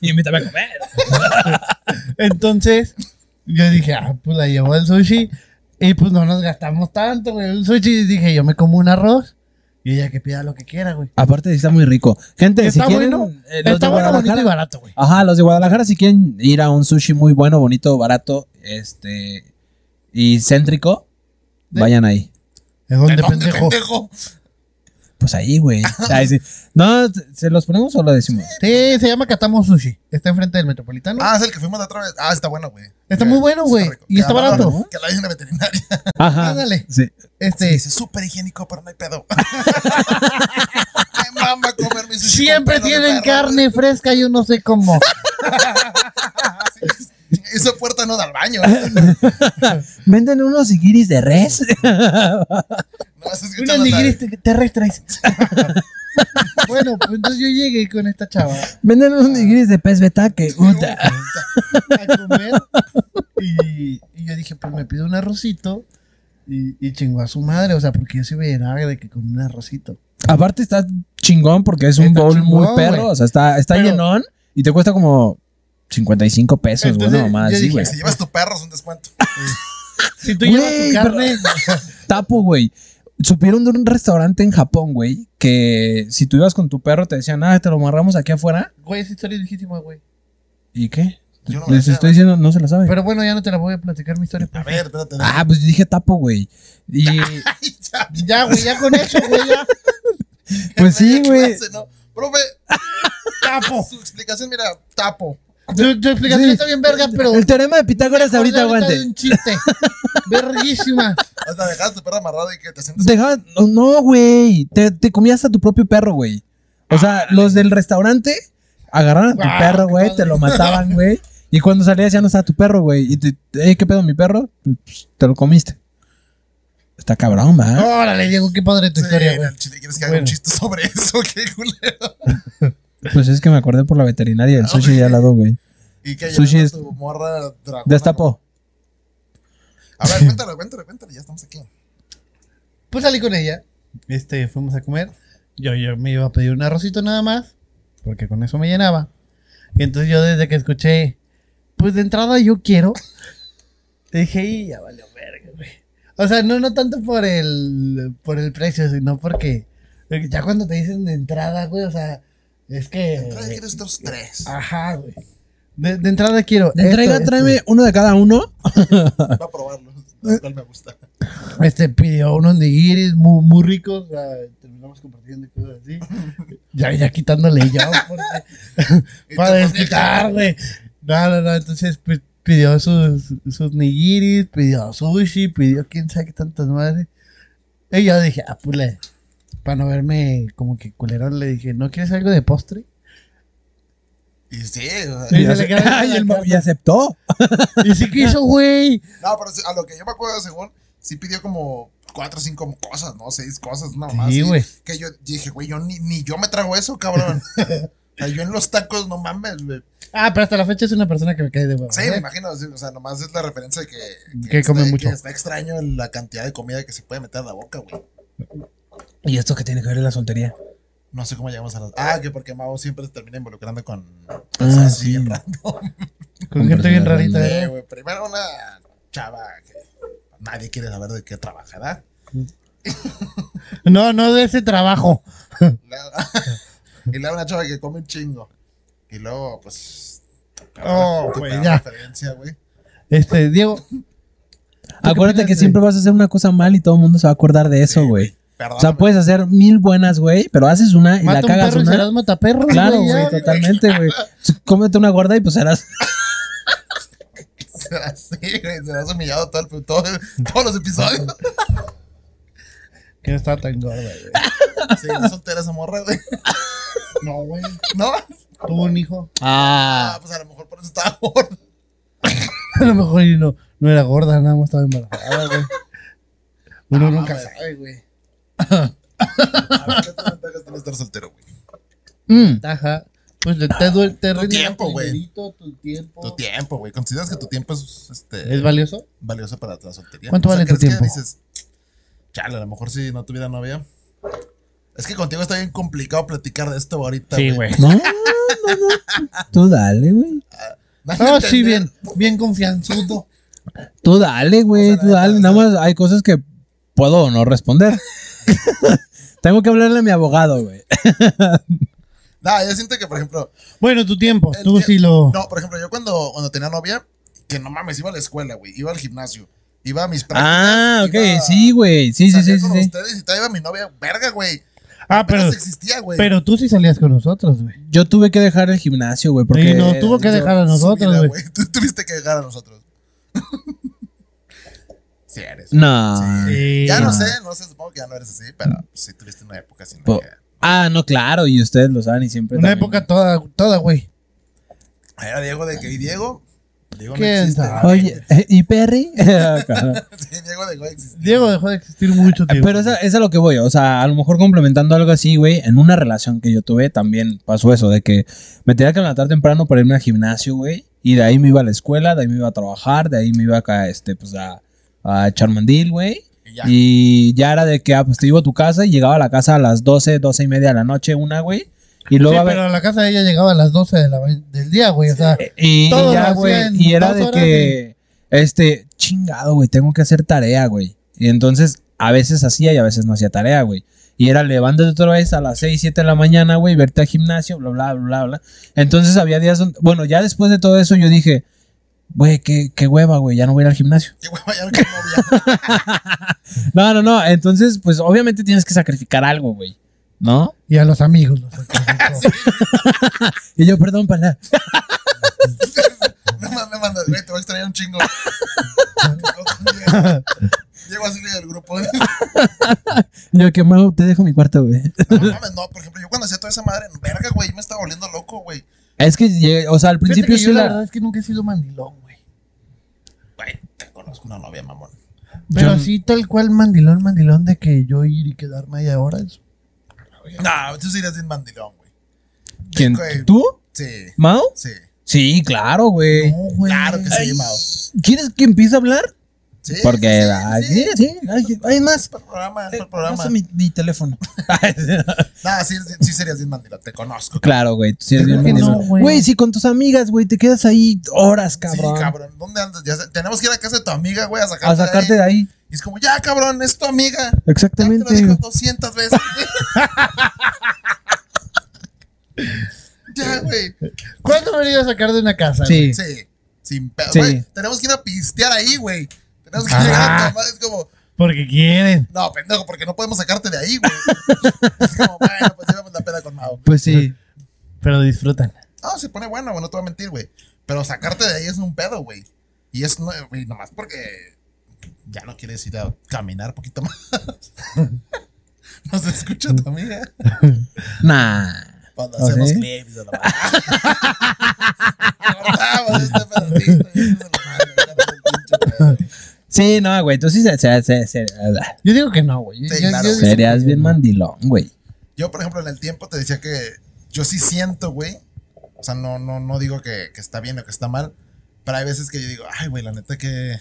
Speaker 1: Invítame a comer.
Speaker 3: Entonces, yo dije, ah, pues la llevo al sushi. Y pues no nos gastamos tanto, güey. Un sushi, dije, yo me como un arroz. Y ella que pida lo que quiera, güey.
Speaker 1: Aparte, sí está muy rico. Gente,
Speaker 3: Está
Speaker 1: si quieren.
Speaker 3: bueno.
Speaker 1: eh, los
Speaker 3: Está
Speaker 1: de
Speaker 3: bueno, bonito
Speaker 1: Guadalajara-
Speaker 3: y barato, güey.
Speaker 1: Ajá, los de Guadalajara, si quieren ir a un sushi muy bueno, bonito, barato, este. y céntrico,
Speaker 3: ¿De-
Speaker 1: vayan ahí.
Speaker 3: Es
Speaker 4: ¿De
Speaker 3: donde
Speaker 4: dónde,
Speaker 3: pendejo.
Speaker 4: este pendejo?
Speaker 1: Pues ahí, güey. Ahí sí. No, ¿se los ponemos o lo decimos?
Speaker 3: Sí, se llama Catamo Sushi. Está enfrente del Metropolitano.
Speaker 4: Ah, es el que fuimos la otra vez. Ah, está bueno, güey.
Speaker 3: Está
Speaker 4: Que-
Speaker 3: muy bueno, güey.
Speaker 4: rico.
Speaker 3: Y
Speaker 4: Que
Speaker 3: está
Speaker 4: la-
Speaker 3: barato.
Speaker 4: Que la hay una veterinaria.
Speaker 1: Ajá.
Speaker 3: Ándale.
Speaker 1: Sí.
Speaker 4: Sí.
Speaker 3: Este,
Speaker 4: Dice, súper higiénico, pero no hay pedo. Me mama comer mi sushi.
Speaker 3: siempre
Speaker 4: con pelo de
Speaker 3: tienen
Speaker 4: perro,
Speaker 3: carne fresca, yo no sé cómo.
Speaker 4: güey. Ah, Esa puerta no da al baño.
Speaker 1: Venden unos guiris de res.
Speaker 4: No, se escucha
Speaker 3: Unos
Speaker 4: nada.
Speaker 3: nigiris terrestres. bueno, pues entonces yo llegué con esta chava eh,
Speaker 1: Venden unos
Speaker 3: Ah.
Speaker 1: guiris de pez betaque. Puta.
Speaker 3: a comer. Y, y yo dije, pues me pido un arrocito. Y, y chingó a su madre, o sea, porque yo sí me llenaba de que con un arrocito.
Speaker 1: Aparte está chingón porque es un
Speaker 3: Está
Speaker 1: bowl
Speaker 3: chingón,
Speaker 1: muy perro.
Speaker 3: güey.
Speaker 1: O sea, está, está
Speaker 3: Pero-
Speaker 1: llenón y te cuesta como 55 pesos, güey.
Speaker 3: Entonces,
Speaker 1: Bueno, más
Speaker 3: yo
Speaker 1: así,
Speaker 3: dije,
Speaker 1: güey.
Speaker 4: Si llevas tu perro, es un descuento.
Speaker 3: Si tú
Speaker 1: Güey,
Speaker 3: llevas tu
Speaker 1: pero-
Speaker 3: carne,
Speaker 1: Tapo, güey. Supieron de un restaurante en Japón, güey, que si tú ibas con tu perro te decían, ah, te lo amarramos aquí afuera.
Speaker 3: güey, esa historia es viejísima, güey.
Speaker 1: ¿Y qué?
Speaker 4: Yo no me la
Speaker 1: Les
Speaker 4: sé,
Speaker 1: estoy
Speaker 4: güey.
Speaker 1: diciendo, no se la saben.
Speaker 3: Pero bueno, ya no te la voy a platicar mi historia.
Speaker 4: A
Speaker 3: pues.
Speaker 4: ver, espérate.
Speaker 1: Ah, pues yo dije tapo, güey. Y
Speaker 4: Ay, ya,
Speaker 3: Ya, güey, ya con eso, güey, ya.
Speaker 1: pues sí,
Speaker 4: ya, ¿qué
Speaker 1: güey.
Speaker 4: hace, no? Profe,
Speaker 3: Tapo.
Speaker 4: su explicación, mira, tapo.
Speaker 3: Tu, tu explicación
Speaker 1: Sí.
Speaker 3: está bien verga, pero.
Speaker 1: El teorema de Pitágoras ahorita
Speaker 3: Acordé
Speaker 1: aguante.
Speaker 3: de un chiste. Verguísima.
Speaker 4: Hasta dejaste tu perro amarrado y que te sientes.
Speaker 1: Dejaba- no, no, güey. Te, te comías a tu propio perro, güey. O sea, los del restaurante agarraron a tu
Speaker 3: Guau,
Speaker 1: perro,
Speaker 3: Ah, qué
Speaker 1: güey,
Speaker 3: padre.
Speaker 1: te lo mataban, güey. Y cuando salías ya no estaba tu perro, güey. Y te, "Ey, ¿qué pedo mi perro? Pues, te lo comiste. Está cabrón, ¿verdad?
Speaker 3: Órale, Diego, qué padre tu
Speaker 4: Sí,
Speaker 3: historia,
Speaker 4: en
Speaker 3: güey.
Speaker 4: el chile, ¿Quieres que haga un
Speaker 3: Bueno.
Speaker 4: chiste sobre eso? Qué culero.
Speaker 1: Pues es que me acordé por la veterinaria del sushi de al lado, güey.
Speaker 4: Y que
Speaker 1: Sushi es-
Speaker 4: llevas tu morra dragona,
Speaker 1: Destapó.
Speaker 4: A ver, cuéntalo, cuéntalo, cuéntalo. Ya estamos aquí.
Speaker 1: Eh,
Speaker 3: Pues salí con ella. Este, fuimos a comer. Yo, yo me iba a pedir un arrocito nada más, porque con eso me llenaba. Y entonces yo desde que escuché, pues de entrada yo quiero, dije, y ya valió verga, güey. O sea, no, no tanto por el, por el precio, sino porque eh, ya cuando te dicen de entrada, güey, o sea, es que...
Speaker 4: Entra, ya quieres dos, tres.
Speaker 1: ah.
Speaker 3: Ajá, güey. De, de entrada quiero.
Speaker 1: De entrega,
Speaker 3: esto, esto.
Speaker 1: tráeme uno de cada uno.
Speaker 4: Va a
Speaker 1: Eh.
Speaker 4: probarlo. Lo cual me gusta.
Speaker 3: Este pidió unos nigiris muy, muy ricos. o sea, terminamos compartiendo y cosas así. ya, ya quitándole yo. porque-
Speaker 4: Y
Speaker 3: para
Speaker 4: tú,
Speaker 3: desquitar, güey. No, no, no. Entonces pues, pidió sus, sus nigiris, pidió sushi, pidió quién sabe qué tantas madres. Y yo dije, ah, pues le- para no verme como que culerón, le dije, ¿no quieres algo de postre?
Speaker 4: Y sí, o sea,
Speaker 3: Sí.
Speaker 1: Y,
Speaker 3: Y se le
Speaker 1: ace-
Speaker 3: queda
Speaker 1: Ay,
Speaker 3: la
Speaker 1: el
Speaker 3: cara.
Speaker 1: mo- y aceptó.
Speaker 3: Y sí quiso, güey.
Speaker 4: no, pero sí, a lo que yo me acuerdo, según, sí pidió como cuatro o cinco cosas, ¿no? Seis cosas, no más.
Speaker 3: Sí, güey.
Speaker 4: Que yo dije, güey, yo ni, ni yo me trago eso, cabrón. o sea, yo en los tacos, no mames, güey.
Speaker 3: Ah, pero hasta la fecha es una persona que me cae de huevo.
Speaker 4: Sí, me imagino, sí, o sea, nomás es la referencia de que,
Speaker 3: Que come
Speaker 4: está,
Speaker 3: mucho.
Speaker 4: que está extraño la cantidad de comida que se puede meter a la boca, güey.
Speaker 1: ¿Y esto qué tiene que ver con la soltería?
Speaker 4: No sé cómo llegamos a las. Ah, que porque Mao siempre se termina involucrando con.
Speaker 1: Ah,
Speaker 4: cosas así
Speaker 1: sí.
Speaker 4: random.
Speaker 3: Con gente bien rarita.
Speaker 4: Sí,
Speaker 3: ¿eh?
Speaker 4: güey. Primero una chava que nadie quiere saber de qué trabaja, ¿verdad?
Speaker 3: No, no de ese trabajo.
Speaker 4: Luego- y luego una chava que come un chingo. Y luego, pues.
Speaker 3: Oh,
Speaker 4: te
Speaker 3: güey,
Speaker 4: da
Speaker 3: ya.
Speaker 4: referencia, güey.
Speaker 3: Este, Diego,
Speaker 1: Acuérdate
Speaker 3: opinas
Speaker 1: que
Speaker 3: de-
Speaker 1: siempre vas a hacer una cosa mal y todo el mundo se va a acordar de eso,
Speaker 4: Sí,
Speaker 1: güey.
Speaker 4: Perdón.
Speaker 1: O sea, puedes hacer mil buenas, güey, pero haces una y
Speaker 3: mata
Speaker 1: la
Speaker 3: un
Speaker 1: cagas
Speaker 3: perro y
Speaker 1: una.
Speaker 3: serás mataperro.
Speaker 1: Claro,
Speaker 3: ya.
Speaker 1: güey, totalmente, güey. Cómete una gorda y pues serás.
Speaker 3: pues-
Speaker 4: Sí, güey, serás humillado todo el- todo el- todos los episodios.
Speaker 3: Que no estaba tan gorda, güey.
Speaker 4: Sí, no soltera esa morra, güey.
Speaker 3: No, güey.
Speaker 4: No.
Speaker 3: Ah. Tuvo un hijo.
Speaker 4: Ah,
Speaker 1: Ah.
Speaker 4: pues a lo mejor por eso estaba gordo.
Speaker 3: A lo mejor y no, no era gorda, nada más estaba embarazada, güey. Uno
Speaker 4: Ah,
Speaker 3: nunca
Speaker 4: güey.
Speaker 3: sabe, güey.
Speaker 4: A ver, ¿qué te ventajas tiene estar soltero, güey?
Speaker 1: Mm.
Speaker 3: Ajá. Pues te, te duele, te rinde
Speaker 4: tiempo,
Speaker 3: tu
Speaker 4: güey.
Speaker 3: dinerito, tu tiempo.
Speaker 4: Tu tiempo, güey. ¿Consideras que tu tiempo es este,
Speaker 3: Oh. ¿Es valioso?
Speaker 4: valioso para la soltería?
Speaker 3: ¿Cuánto vale tu
Speaker 4: ¿crees
Speaker 3: tiempo?
Speaker 4: Que dices, chale, a lo mejor si no tuviera novia. Es que contigo está bien complicado platicar de esto ahorita.
Speaker 1: No, no, no. Tú dale, güey.
Speaker 4: Nadie
Speaker 3: Ah,
Speaker 4: entendió.
Speaker 3: sí, bien, bien confianzudo.
Speaker 1: Tú dale, güey.
Speaker 4: O sea,
Speaker 1: tú
Speaker 4: la neta,
Speaker 1: dale.
Speaker 4: o
Speaker 1: Nada
Speaker 4: sea-
Speaker 1: más hay cosas que puedo o no responder. Tengo que hablarle a mi abogado, güey.
Speaker 4: No, yo siento que, por ejemplo,
Speaker 3: Bueno, tu tiempo,
Speaker 4: El
Speaker 3: tú
Speaker 4: tie-
Speaker 3: sí lo.
Speaker 4: no, por ejemplo, yo cuando, cuando tenía novia, que no mames, iba a la escuela, güey. Iba al gimnasio. Iba a mis prácticas.
Speaker 1: Ah, ok.
Speaker 4: iba-
Speaker 1: Sí, güey. Sí, sí,
Speaker 4: salía
Speaker 1: sí, sí.
Speaker 4: con
Speaker 1: sí.
Speaker 4: ustedes y todavía iba mi novia, verga, güey.
Speaker 3: Ah, pero,
Speaker 4: Apenas existía, güey.
Speaker 3: pero tú sí salías con nosotros, güey.
Speaker 1: Yo tuve que dejar el gimnasio, güey. Porque
Speaker 3: Y nos tuvo que
Speaker 1: yo-
Speaker 3: dejar a
Speaker 4: su
Speaker 3: nosotros,
Speaker 4: vida,
Speaker 3: güey.
Speaker 4: güey. Tú tuviste que llegar a nosotros. sí eres.
Speaker 1: No.
Speaker 3: Sí.
Speaker 4: Ya
Speaker 1: Ah.
Speaker 4: no sé, no sé, supongo que ya no eres así, pero sí tuviste una época sin
Speaker 1: Po-
Speaker 4: novia.
Speaker 1: Ah, no, claro. Y ustedes lo saben y siempre.
Speaker 3: Una
Speaker 1: también.
Speaker 3: época toda, toda, güey.
Speaker 4: Era Diego de que, ¿y Diego? Diego no
Speaker 3: ¿Quién
Speaker 4: existe.
Speaker 3: sabe?
Speaker 1: Oye, eh, ¿y Perry?
Speaker 4: Sí, Diego dejó de existir.
Speaker 3: Diego dejó de existir mucho
Speaker 1: Eh,
Speaker 3: tiempo.
Speaker 1: Pero esa- es a lo que voy, o sea, a lo mejor complementando algo así, güey, en una relación que yo tuve también pasó eso, de que me tenía que levantar temprano para irme al gimnasio, güey, y de ahí me iba a la escuela, de ahí me iba a trabajar, de ahí me iba acá, este, pues a, a echar mandil, güey,
Speaker 4: Y ya.
Speaker 1: y ya era de que, ah, pues te iba a tu casa y llegaba a la casa a las 12, 12 y media de la noche, una, güey, y
Speaker 3: Sí,
Speaker 1: luego a ver...
Speaker 3: pero a la casa de ella llegaba a las 12 de la ma- del día, güey. O sea,
Speaker 1: Y,
Speaker 3: Todo
Speaker 1: y ya,
Speaker 3: lo hacía
Speaker 1: güey,
Speaker 3: en
Speaker 1: y era
Speaker 3: dos
Speaker 1: de
Speaker 3: horas
Speaker 1: que, este, chingado, güey, tengo que hacer tarea, güey. Y entonces, a veces hacía y a veces no hacía tarea, güey. Y era levántate otra vez a las 6, 7 de la mañana, güey, verte al gimnasio, bla, bla, bla, bla, bla. Entonces había días donde, bueno, ya después de todo eso yo dije, güey, qué, qué hueva, güey, ya no voy a ir al gimnasio.
Speaker 4: Qué hueva, ya no quiero novia.
Speaker 1: No, no, no, entonces, pues obviamente tienes que sacrificar algo, güey, ¿no?
Speaker 3: y a los amigos. los sacrificó.
Speaker 1: Y yo, perdón, pala.
Speaker 4: No mames, me mandas, güey, te voy a extrañar un chingo. Diego. Diego así del grupo.
Speaker 1: Y yo, que Mau, te dejo mi cuarto, güey.
Speaker 4: No mames, no, por ejemplo, yo cuando hacía toda esa madre, verga, güey, yo me estaba volviendo loco, güey.
Speaker 1: Es que, llegué- o sea, al
Speaker 3: Fíjate
Speaker 1: principio
Speaker 3: que yo
Speaker 1: sí
Speaker 3: la
Speaker 1: la...
Speaker 3: verdad es que nunca he sido mandilón, güey.
Speaker 4: Güey, te conozco una novia, mamón.
Speaker 3: Pero
Speaker 1: Yo-
Speaker 3: así tal cual mandilón, mandilón de que yo ir y quedarme ahí ahora. es-
Speaker 4: No, tú sí eres bien mandilón, güey.
Speaker 1: ¿Quién?
Speaker 4: Güey.
Speaker 1: ¿Tú?
Speaker 4: Sí,
Speaker 1: ¿Mau?
Speaker 4: sí.
Speaker 1: Sí, claro, güey.
Speaker 3: No, güey.
Speaker 4: Claro que sí,
Speaker 1: Ay.
Speaker 4: Mao.
Speaker 1: ¿Quieres que empiece a hablar?
Speaker 4: Sí,
Speaker 1: Porque,
Speaker 4: sí,
Speaker 1: ay,
Speaker 4: sí.
Speaker 1: sí, sí, ay, ay,
Speaker 4: Es
Speaker 1: más.
Speaker 4: para el programa, es para el programa.
Speaker 1: Pasa mi, mi teléfono.
Speaker 4: No, sí, sí, sí serías bien mandilón, te conozco.
Speaker 1: claro, güey. tú sí eres
Speaker 3: Creo
Speaker 1: bien
Speaker 3: que no,
Speaker 1: mandilón.
Speaker 3: güey.
Speaker 1: Güey, si con tus amigas, güey, te quedas ahí horas, cabrón.
Speaker 4: Sí, cabrón, ¿dónde andas? Ya sé- tenemos que ir a casa de tu amiga, güey, a sacarte,
Speaker 1: A sacarte de ahí.
Speaker 4: Y es como, ya, cabrón, es tu amiga. Ya te lo
Speaker 1: Exactamente.
Speaker 4: dijo
Speaker 1: güey.
Speaker 4: 200 veces. ya, güey.
Speaker 3: ¿Cuándo me han ido a sacar de una casa?
Speaker 1: Sí.
Speaker 4: Sí, sin pedo.
Speaker 1: Sí.
Speaker 4: güey, Tenemos que ir a pistear ahí, güey. Tenemos que
Speaker 3: Ah.
Speaker 4: llegar a tomar, es como,
Speaker 3: Porque quieren.
Speaker 4: no, pendejo, porque no podemos sacarte de ahí, güey. es como, bueno, pues llevamos la peda con Mao.
Speaker 1: Pues sí.
Speaker 3: Pero disfrutan.
Speaker 4: Ah, se pone bueno, güey, no te voy a mentir, güey. Pero sacarte de ahí es un pedo, güey. Y es, no, güey, nomás porque ya no quieres ir a caminar poquito más. Nos escucha tu amiga.
Speaker 1: Nah.
Speaker 4: Cuando
Speaker 1: ¿Ah,
Speaker 4: hacemos
Speaker 1: sí?
Speaker 4: clips de la Cortamos este pedacito y eso es lo malo, ya no es el pinche pedo.
Speaker 1: Sí, no, güey, tú sí se, se- se- se- ah,
Speaker 3: Yo digo que no, güey. Yo-
Speaker 4: Sí,
Speaker 3: yo-
Speaker 4: claro,
Speaker 3: yo-
Speaker 4: sí.
Speaker 1: serías bien mandilón, güey.
Speaker 4: Yo, por ejemplo, en el tiempo te decía que yo sí siento, güey. O sea, no, no, no digo que, que está bien o que está mal. Pero hay veces que yo digo, ay, güey, la neta que,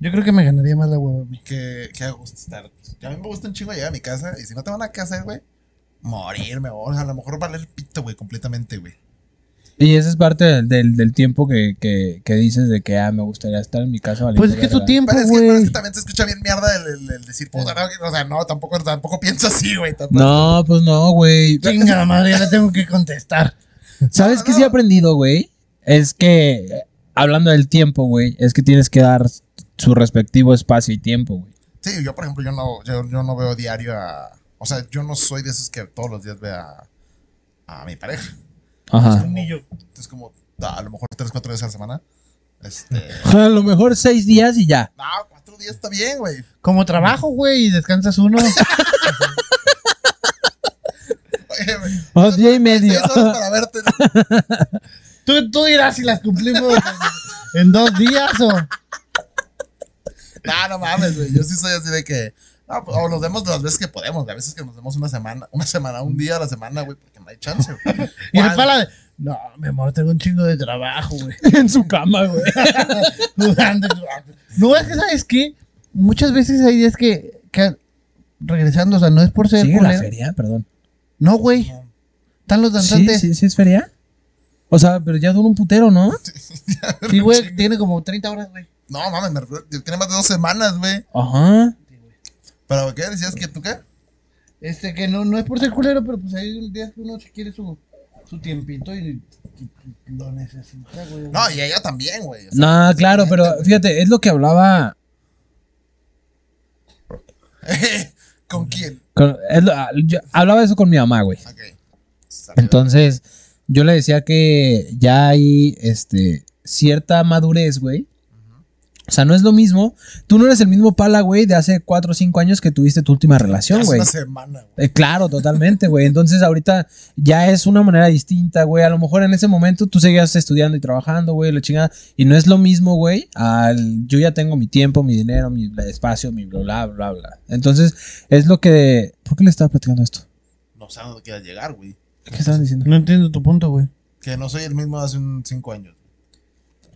Speaker 3: Yo creo que me ganaría más la hueva a mí.
Speaker 4: que, que a gusto estar. A mí me gusta un chingo llegar a mi casa y si no te van a casa, güey, morirme. O sea, a lo mejor valer el pito, güey, completamente, güey.
Speaker 1: Y esa es parte del, del- del tiempo que, que- que dices de que, ah, me gustaría estar en mi casa. valiendo
Speaker 3: Pues es que es tu
Speaker 1: verga.
Speaker 3: tiempo,
Speaker 4: Pero es, que, pero es
Speaker 3: güey.
Speaker 4: que también se escucha bien mierda el, el- el decir, puta, no, que- o sea, no, tampoco, tampoco pienso así, güey. tampoco.
Speaker 1: No, pues no, güey.
Speaker 3: Chinga madre, ya la tengo que contestar.
Speaker 1: ¿Sabes qué sí he aprendido, güey? Es que, eh, hablando del tiempo, güey, es que tienes que dar su respectivo espacio y tiempo, güey.
Speaker 4: Sí, yo, por ejemplo, yo no, yo, yo no veo diario a. O sea, yo no soy de esos que todos los días ve a, a mi pareja.
Speaker 1: Ajá.
Speaker 4: Es como, a lo mejor tres, cuatro veces a la semana. Este.
Speaker 1: A lo mejor seis días y ya.
Speaker 4: No, cuatro días está bien, güey.
Speaker 3: Como trabajo, güey, y descansas uno.
Speaker 4: Oye, güey,
Speaker 1: O día y medio.
Speaker 4: seis horas para verte.
Speaker 3: Tú, tú dirás si las cumplimos en, en dos días o.
Speaker 4: No, no mames, güey. Yo sí soy así de que. No, pues, o nos vemos las veces que podemos. güey. A veces que nos vemos una semana, una semana, un día a la semana, güey, porque no hay chance, güey.
Speaker 3: Y
Speaker 4: ¿Cuál?
Speaker 3: el pala de. No, mi amor, tengo un chingo de trabajo, güey.
Speaker 1: En su cama, güey.
Speaker 3: Durante- durante. No, es que, ¿sabes qué? Muchas veces hay días que. que- regresando, o sea, no es por ser.
Speaker 1: ¿Sigue la
Speaker 3: culero.
Speaker 1: feria? Perdón.
Speaker 3: No, güey. Están los
Speaker 1: Sí,
Speaker 3: danzantes.
Speaker 1: sí, sí es feria. O sea, pero ya dura un putero, ¿no?
Speaker 3: Sí, güey, tiene como 30 horas, güey.
Speaker 4: No mames, me refiero- tiene más de dos semanas, güey.
Speaker 1: Ajá.
Speaker 4: ¿Pero qué? ¿Decías que tú qué?
Speaker 3: Este, que no, no es por ser culero, pero pues hay días que uno se quiere su, su tiempito y, y- y lo necesita, güey.
Speaker 4: No, y ella también, güey. O sea,
Speaker 1: No, claro, pero
Speaker 4: güey.
Speaker 1: fíjate, es lo que hablaba.
Speaker 4: ¿Con quién?
Speaker 1: con- es lo- ah, yo hablaba eso con mi mamá, güey.
Speaker 4: Ok.
Speaker 1: Entonces, yo le decía que ya hay este cierta madurez, güey. O sea, no es lo mismo. Tú no eres el mismo pala, güey, de hace 4 o 5 años que tuviste tu última relación,
Speaker 4: Hace
Speaker 1: güey.
Speaker 4: una semana, güey.
Speaker 1: Eh, claro, totalmente, güey. Entonces ahorita ya es una manera distinta, güey. A lo mejor en ese momento tú seguías estudiando y trabajando, güey, la chingada. Y no es lo mismo, güey, al yo ya tengo mi tiempo, mi dinero, mi espacio, mi bla, bla, bla, bla. Entonces es lo que... ¿Por qué le estaba platicando esto?
Speaker 4: No sé a dónde quieras llegar, güey.
Speaker 1: ¿Qué estaban diciendo?
Speaker 3: No entiendo tu punto, güey.
Speaker 4: Que no soy el mismo de hace un cinco años.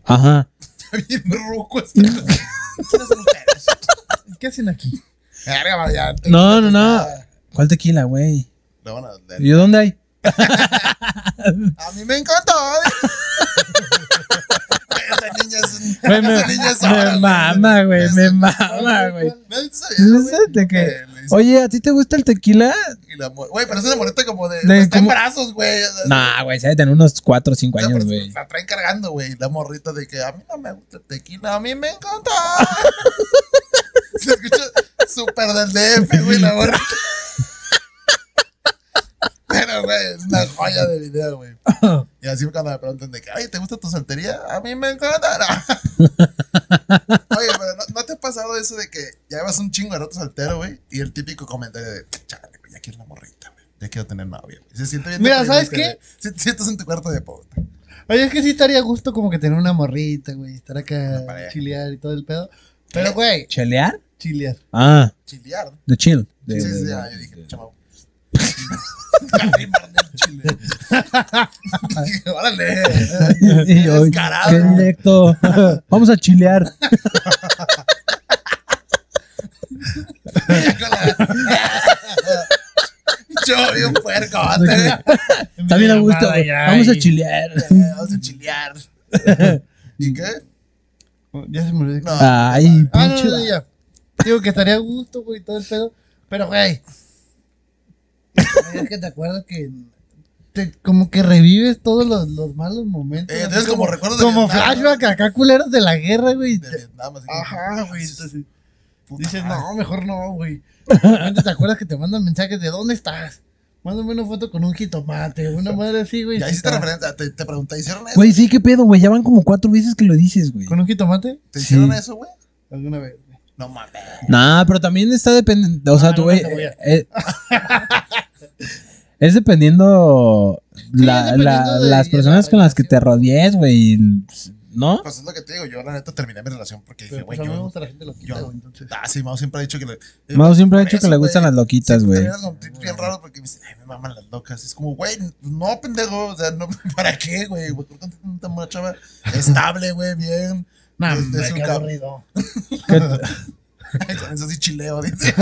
Speaker 1: Ajá.
Speaker 4: Está bien ruco este. ¿Quiénes son ustedes?
Speaker 3: ¿Qué hacen aquí?
Speaker 4: Verga, va, ya.
Speaker 1: No, no, no. ¿Cuál tequila, güey?
Speaker 4: No, no, no.
Speaker 1: ¿Y yo dónde hay?
Speaker 4: A mí me encantó. Esa niña es un.
Speaker 1: Güey, me,
Speaker 4: esa niña es
Speaker 1: me
Speaker 4: ahora,
Speaker 1: mama, güey.
Speaker 4: Es-
Speaker 1: Me mama, güey.
Speaker 4: Nadie sabía,
Speaker 1: No
Speaker 4: güey.
Speaker 1: sé de qué.
Speaker 4: Eh, le hizo-
Speaker 1: Oye, ¿a ti te gusta el tequila?
Speaker 4: y la mu- Güey, pero es una moreta como de.
Speaker 1: De-
Speaker 4: está en
Speaker 1: como-
Speaker 4: brazos, güey. o sea,
Speaker 1: Nah, güey, se ha de tener unos 4 o 5
Speaker 4: Ya,
Speaker 1: años,
Speaker 4: pero
Speaker 1: güey.
Speaker 4: La traen cargando, güey. La morrita de que a mí no me gusta el tequila, a mí me encanta. Se escucha súper del DF, güey, la morrita. Pero, güey, es una joya de video, güey. Y así cuando me preguntan de que, ay, ¿te gusta tu soltería? A mí me encanta. No. Oye, pero ¿no, no te ha pasado eso de que ya vas un chingo de rato soltero, güey? Y el típico comentario de, chale, güey, ya quiero una morrita, güey. Ya quiero tener novia, güey. Se siente bien.
Speaker 3: Mira,
Speaker 4: deprimente,
Speaker 3: ¿sabes qué?
Speaker 4: güey. Si- Sientes en tu cuarto de pobre.
Speaker 3: Oye, es que sí estaría a gusto como que tener una morrita, güey. Estar
Speaker 4: Una
Speaker 3: acá,
Speaker 4: pareja.
Speaker 3: chilear y todo el pedo. Pero, güey,
Speaker 1: ¿Chelear?
Speaker 3: chilear.
Speaker 1: Ah,
Speaker 4: chilear.
Speaker 1: de chill. De-
Speaker 4: Sí, sí,
Speaker 1: de-
Speaker 4: sí,
Speaker 1: de-
Speaker 4: ah, yo dije,
Speaker 1: de-
Speaker 4: chamo. La prima del chile. Dije, Órale.
Speaker 1: Y yo,
Speaker 4: Descarado.
Speaker 1: qué directo. Vamos a chilear.
Speaker 4: Yo vi un puerco. Vamos
Speaker 1: Está bien a gusto.
Speaker 3: Llamada
Speaker 1: güey.
Speaker 3: ya
Speaker 1: Vamos a
Speaker 3: y-
Speaker 1: chilear.
Speaker 4: a chilear. ¿Y qué?
Speaker 3: Ya se me olvidó.
Speaker 4: No.
Speaker 1: Ay,
Speaker 3: Ah, no, no, no,
Speaker 1: pinche.
Speaker 3: ya. Digo que estaría a gusto, güey, todo el pedo. Pero, güey. Es que te acuerdas que. te- como que revives todos los, los malos momentos.
Speaker 4: Eh,
Speaker 3: así
Speaker 4: tienes como recuerdos de
Speaker 3: Como
Speaker 4: Vietnam,
Speaker 3: flashback acá, culeros de la guerra, güey.
Speaker 4: De Vietnam, así que-
Speaker 3: Ajá, güey. Entonces,
Speaker 4: Puta
Speaker 3: dices,
Speaker 4: madre.
Speaker 3: no, mejor no, güey. Realmente te acuerdas que te mandan mensajes de dónde estás. Mándame una foto con un jitomate, una madre así, güey.
Speaker 4: Ya hiciste
Speaker 3: Está-
Speaker 4: referencia. Te, te pregunté, ¿hicieron eso?
Speaker 1: Güey, sí, qué pedo, güey. Ya van como cuatro veces que lo dices, güey.
Speaker 3: ¿Con un jitomate?
Speaker 4: ¿Te hicieron
Speaker 1: sí.
Speaker 4: eso, güey?
Speaker 3: Alguna vez. güey.
Speaker 4: No mames.
Speaker 1: Nah, pero también está dependiendo. O sea,
Speaker 3: No,
Speaker 1: tú,
Speaker 3: no,
Speaker 1: güey.
Speaker 3: no,
Speaker 1: eh, eh, es dependiendo, la-
Speaker 3: dependiendo
Speaker 1: la-
Speaker 3: de
Speaker 1: las
Speaker 3: la
Speaker 1: personas con las que te rodees, güey. ¿No?
Speaker 4: Pues es lo que te digo, yo la neta terminé mi relación porque dije,
Speaker 3: Pero
Speaker 4: güey,
Speaker 3: pues a mí me
Speaker 4: yo.
Speaker 3: gusta la gente loquita,
Speaker 4: yo-
Speaker 3: güey, entonces.
Speaker 4: Ah, sí, Mao siempre ha dicho que le. eh,
Speaker 1: Mau siempre ha
Speaker 4: por
Speaker 1: dicho que
Speaker 4: eso,
Speaker 1: le gustan
Speaker 4: güey.
Speaker 1: las loquitas,
Speaker 4: Siempre
Speaker 1: güey.
Speaker 4: terminas con tips bien raro porque me dicen, ay, me maman las locas. Es como, güey, no, pendejo. O sea, no, ¿para qué, güey? ¿Por qué no te una chava estable, güey, bien?
Speaker 3: Nah,
Speaker 4: Es- es
Speaker 3: hombre,
Speaker 4: un
Speaker 3: qué
Speaker 4: cabrón.
Speaker 3: aburrido.
Speaker 4: Eso sí chileo, dice.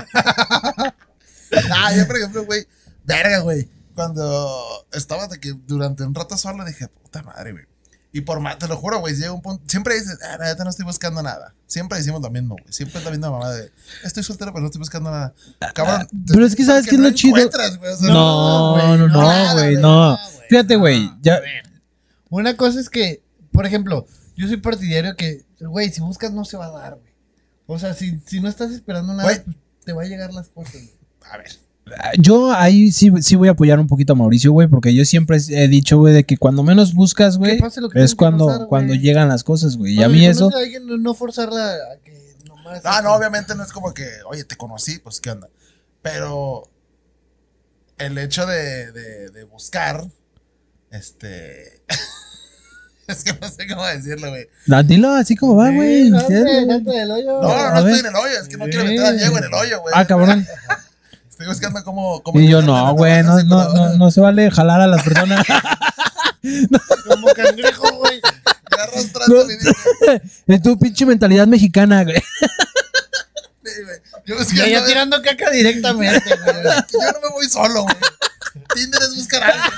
Speaker 4: ah, yo, por ejemplo, güey, verga, güey. Cuando estaba de que durante un rato solo dije, puta madre, güey. Y por más, te lo juro, güey, llega un punto. Siempre dices, ah, la neta no estoy buscando nada. Siempre decimos lo mismo, güey. Siempre es la misma mamá de, estoy soltero, pero no estoy buscando nada. Cabrón. te-
Speaker 1: pero es que ¿sabes qué es lo chido?
Speaker 4: encuentras, güey, o sea,
Speaker 1: No,
Speaker 4: güey,
Speaker 1: no, no,
Speaker 4: nada,
Speaker 1: güey, no.
Speaker 4: nada, güey. Ah,
Speaker 1: Fíjate, güey. Ya,
Speaker 3: A ver, Una cosa es que, por ejemplo, yo soy partidario que, güey, si buscas no se va a dar, güey. O sea, si, si no estás esperando nada,
Speaker 4: Güey.
Speaker 3: pues, te va a llegar las cosas. güey.
Speaker 4: A ver.
Speaker 1: yo ahí sí, sí voy a apoyar un poquito a Mauricio, güey, porque yo siempre he dicho, güey, de que cuando menos buscas, güey,
Speaker 3: Que pase lo que tenga
Speaker 1: es
Speaker 3: que
Speaker 1: cuando,
Speaker 3: pasar, güey.
Speaker 1: cuando llegan las cosas, güey. Y a
Speaker 3: Cuando
Speaker 1: mí
Speaker 3: conoces
Speaker 1: eso,
Speaker 3: a alguien, no- no forzarla a que nomás. este,
Speaker 4: Ah, no, obviamente no es como que, oye, te conocí, pues qué onda. Pero el hecho de, de, de buscar, este... es que no sé cómo decirlo, güey.
Speaker 1: ah, dilo así como va, güey.
Speaker 3: No, hombre,
Speaker 1: entiendo.
Speaker 3: dentro del hoyo.
Speaker 4: No, no, no
Speaker 1: a ver.
Speaker 4: estoy en el hoyo, es que no quiero meter a Diego en el hoyo, güey.
Speaker 1: Ah, cabrón.
Speaker 4: Estoy buscando cómo... cómo
Speaker 1: Y yo
Speaker 4: meterme en
Speaker 1: no,
Speaker 4: la
Speaker 1: güey, no,
Speaker 4: tabaca, sí,
Speaker 1: no,
Speaker 4: pero-
Speaker 1: no, no se vale jalar a las personas.
Speaker 3: Como cangrejo, güey.
Speaker 4: Ya arrastrando mi vida,
Speaker 1: Es tu pinche mentalidad mexicana, güey.
Speaker 4: güey. Yo
Speaker 3: Y
Speaker 4: buscando...
Speaker 3: ella tirando caca directamente, güey.
Speaker 4: Yo no me voy solo, güey. Tinder es buscar a alguien.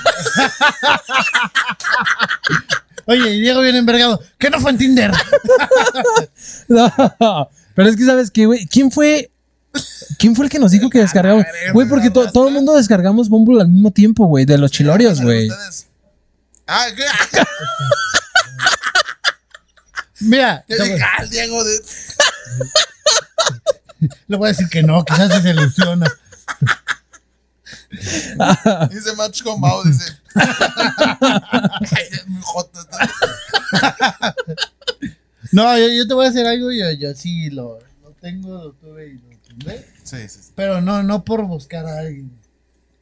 Speaker 3: Oye, y Diego viene envergado. ¿Qué no fue en Tinder?
Speaker 1: No, pero es que sabes que, güey, ¿quién fue? ¿Quién fue el que nos dijo que descargamos? Güey, porque to- todo el mundo descargamos Bumble al mismo tiempo, güey, de los chilorios, güey.
Speaker 4: Ustedes. Ah, ¿qué?
Speaker 3: Mira,
Speaker 4: Yo
Speaker 3: te
Speaker 4: dije,
Speaker 3: voy-
Speaker 4: ah, el Diego de...
Speaker 3: le voy a decir que no, quizás se ilusiona.
Speaker 4: Dice match con Mao, dice. Ay, es muy joto. esto.
Speaker 3: No, yo, yo te voy a hacer algo, yo, yo sí lo, lo tengo, lo tuve y lo tuve.
Speaker 4: Sí, sí, sí.
Speaker 3: Pero no, no por buscar a alguien,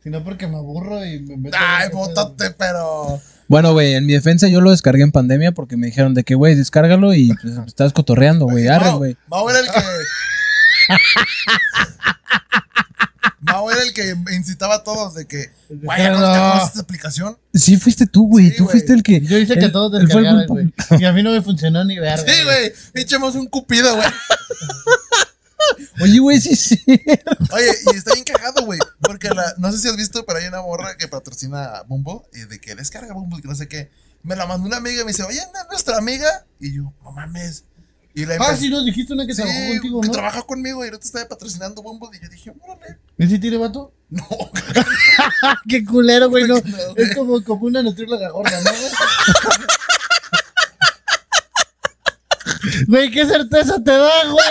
Speaker 3: sino porque me aburro y me meto.
Speaker 4: Ay,
Speaker 3: en ese
Speaker 4: bótate, pero.
Speaker 1: Bueno, güey, en mi defensa yo lo descargué en pandemia porque me dijeron de que, güey, descárgalo y pues, estás cotorreando, güey, arre,
Speaker 4: Mao,
Speaker 1: güey.
Speaker 4: Mao era el que. Mao era el que incitaba a todos de que.
Speaker 3: pedo.
Speaker 4: Güey, ¿ya no esta aplicación?
Speaker 1: Sí, fuiste tú, güey,
Speaker 4: Sí,
Speaker 1: tú
Speaker 4: güey.
Speaker 1: fuiste el que...
Speaker 3: Yo hice que
Speaker 1: él-
Speaker 3: todos
Speaker 1: él fue el
Speaker 3: descargaran,
Speaker 1: culpable.
Speaker 3: güey. Y a mí no me funcionó ni verga.
Speaker 4: Sí, güey. Echemos un cupido, güey.
Speaker 1: Oye, güey, sí, sí.
Speaker 4: Oye, y está bien cagado, güey. Porque la, no sé si has visto, pero hay una morra que patrocina a Bumbo y de que descarga Bumbo y que no sé qué. Me la mandó una amiga y me dice, oye, ¿no es nuestra amiga? Y yo, no mames. Y la
Speaker 3: Ah,
Speaker 4: empecé-
Speaker 3: sí, nos dijiste una que
Speaker 4: Sí,
Speaker 3: trabajó contigo,
Speaker 4: que
Speaker 3: ¿no?
Speaker 4: trabaja conmigo y no te estaba patrocinando Bumble. Y yo dije, órale.
Speaker 3: ¿Y si tiene vato?
Speaker 4: No,
Speaker 3: Ah, qué culero, güey, no.
Speaker 4: No, güey.
Speaker 3: Es como, como una nutrióloga gorda, ¿no? güey? Güey, qué certeza te da, güey.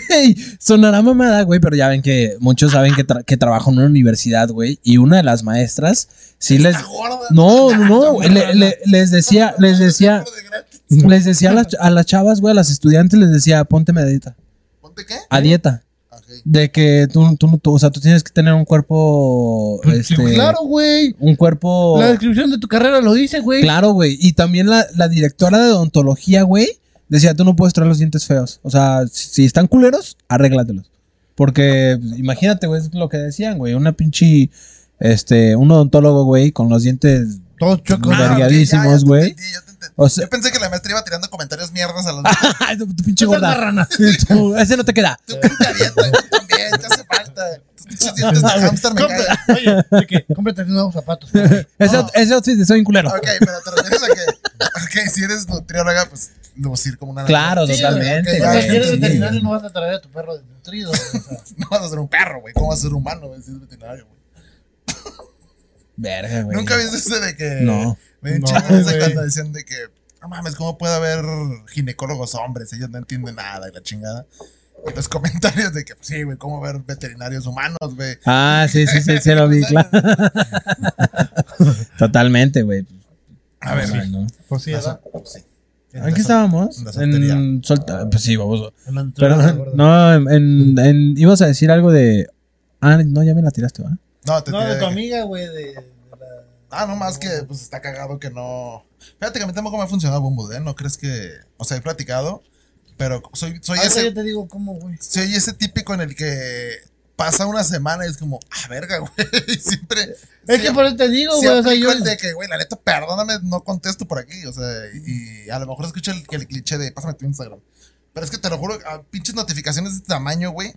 Speaker 1: Güey, sonará mamada, güey, pero ya ven que muchos saben que, tra- que trabajo en una universidad, güey, y una de las maestras sí les...
Speaker 4: está gorda.
Speaker 1: No, no, no, güey,
Speaker 4: Está
Speaker 1: le- le- les decía, les decía,
Speaker 4: gorda de gratis.
Speaker 1: les decía a las, ch- a las chavas, güey, a las estudiantes les decía, ponte a dieta,
Speaker 4: ¿Ponte qué? Ah,
Speaker 1: a dieta,
Speaker 4: Ok.
Speaker 1: de que tú, tú, no- tú- o sea, tú tienes que tener un cuerpo, este,
Speaker 3: Claro, güey.
Speaker 1: un cuerpo,
Speaker 3: La descripción de tu carrera lo dice, güey.
Speaker 1: claro, güey, y también la, la directora de odontología, güey, decía, tú no puedes traer los dientes feos, o sea, si, si están culeros, arréglatelos, porque pues, imagínate, güey, es lo que decían, güey, una pinche, este, un odontólogo, güey, con los dientes
Speaker 3: Todos Ah, chuecos.
Speaker 4: ok, ya,
Speaker 1: vergadísimos,
Speaker 4: ya te
Speaker 1: güey.
Speaker 4: entendí, ya te entendí.
Speaker 1: O sea-
Speaker 4: Yo pensé que la maestra iba tirando comentarios mierdas a los
Speaker 1: Ay, tu, tu pinche
Speaker 3: Esa es la
Speaker 1: gorda.
Speaker 3: rana.
Speaker 1: Tú, ese no te queda.
Speaker 4: Tú cantarías eh, tú también, te hace falta. Tus pinches dientes de hamster me
Speaker 3: Compra-
Speaker 4: caen.
Speaker 3: Oye, de que cómprate unos nuevos zapatos. güey.
Speaker 1: Ese,
Speaker 4: No.
Speaker 1: ese outfit de soy un culero.
Speaker 4: Ok, pero te refieres a que. Ok, si eres nutrióloga, pues lucir como una.
Speaker 1: Claro,
Speaker 3: Sí,
Speaker 1: totalmente.
Speaker 4: ok,
Speaker 3: O sea, si
Speaker 1: güey.
Speaker 3: eres
Speaker 1: Sí.
Speaker 3: veterinario no vas a traer a tu perro desnutrido. güey, o sea.
Speaker 4: No vas a ser un perro, güey. ¿Cómo vas a ser humano, güey? Si eres veterinario, güey.
Speaker 1: Verga, güey.
Speaker 4: Nunca viste ese de que.
Speaker 1: No.
Speaker 4: Me dio un
Speaker 3: No,
Speaker 4: chingo de risa
Speaker 3: güey.
Speaker 4: cuando decían de que, no mames, ¿cómo puede haber ginecólogos hombres? Ellos no entienden nada y la chingada. Y los comentarios de que, pues sí, güey, ¿cómo ver veterinarios humanos, güey?
Speaker 1: Ah, sí, sí, sí, sí, lo vi, claro. Totalmente, güey.
Speaker 4: A ver,
Speaker 1: Sí,
Speaker 4: güey.
Speaker 1: ¿no?
Speaker 3: Ah, Por si,
Speaker 4: Eso,
Speaker 3: ¿verdad?
Speaker 4: sí.
Speaker 1: Aquí estábamos.
Speaker 4: en la soltería.
Speaker 1: En solta- Pues sí, vamos.
Speaker 3: En la
Speaker 1: Pero
Speaker 3: entrada, gordo.
Speaker 1: no, en, en- en- ibas a decir algo de. Ah, no, ya me la tiraste, ¿va?
Speaker 4: No, te
Speaker 3: No,
Speaker 4: tiré
Speaker 3: de
Speaker 4: de
Speaker 3: tu
Speaker 4: que-
Speaker 3: amiga, güey, de, de la...
Speaker 4: Ah, no más que pues está cagado que no. Fíjate que a mí tampoco me ha funcionado Bumble, ¿eh? No crees que. O sea, he platicado, pero soy, soy
Speaker 3: Ahorita
Speaker 4: ese.
Speaker 3: yo te digo cómo, Ah, güey.
Speaker 4: Soy ese típico en el que pasa una semana y es como, ah, verga, güey. Siempre.
Speaker 3: Es que por eso te digo,
Speaker 4: Sí,
Speaker 3: güey, o sea,
Speaker 4: aplico
Speaker 3: yo...
Speaker 4: el de que, güey, la neta, perdóname, no contesto por aquí. O sea, y, y a lo mejor escucho el, el cliché de pásame tu Instagram. Pero es que te lo juro, a pinches notificaciones de este tamaño, güey,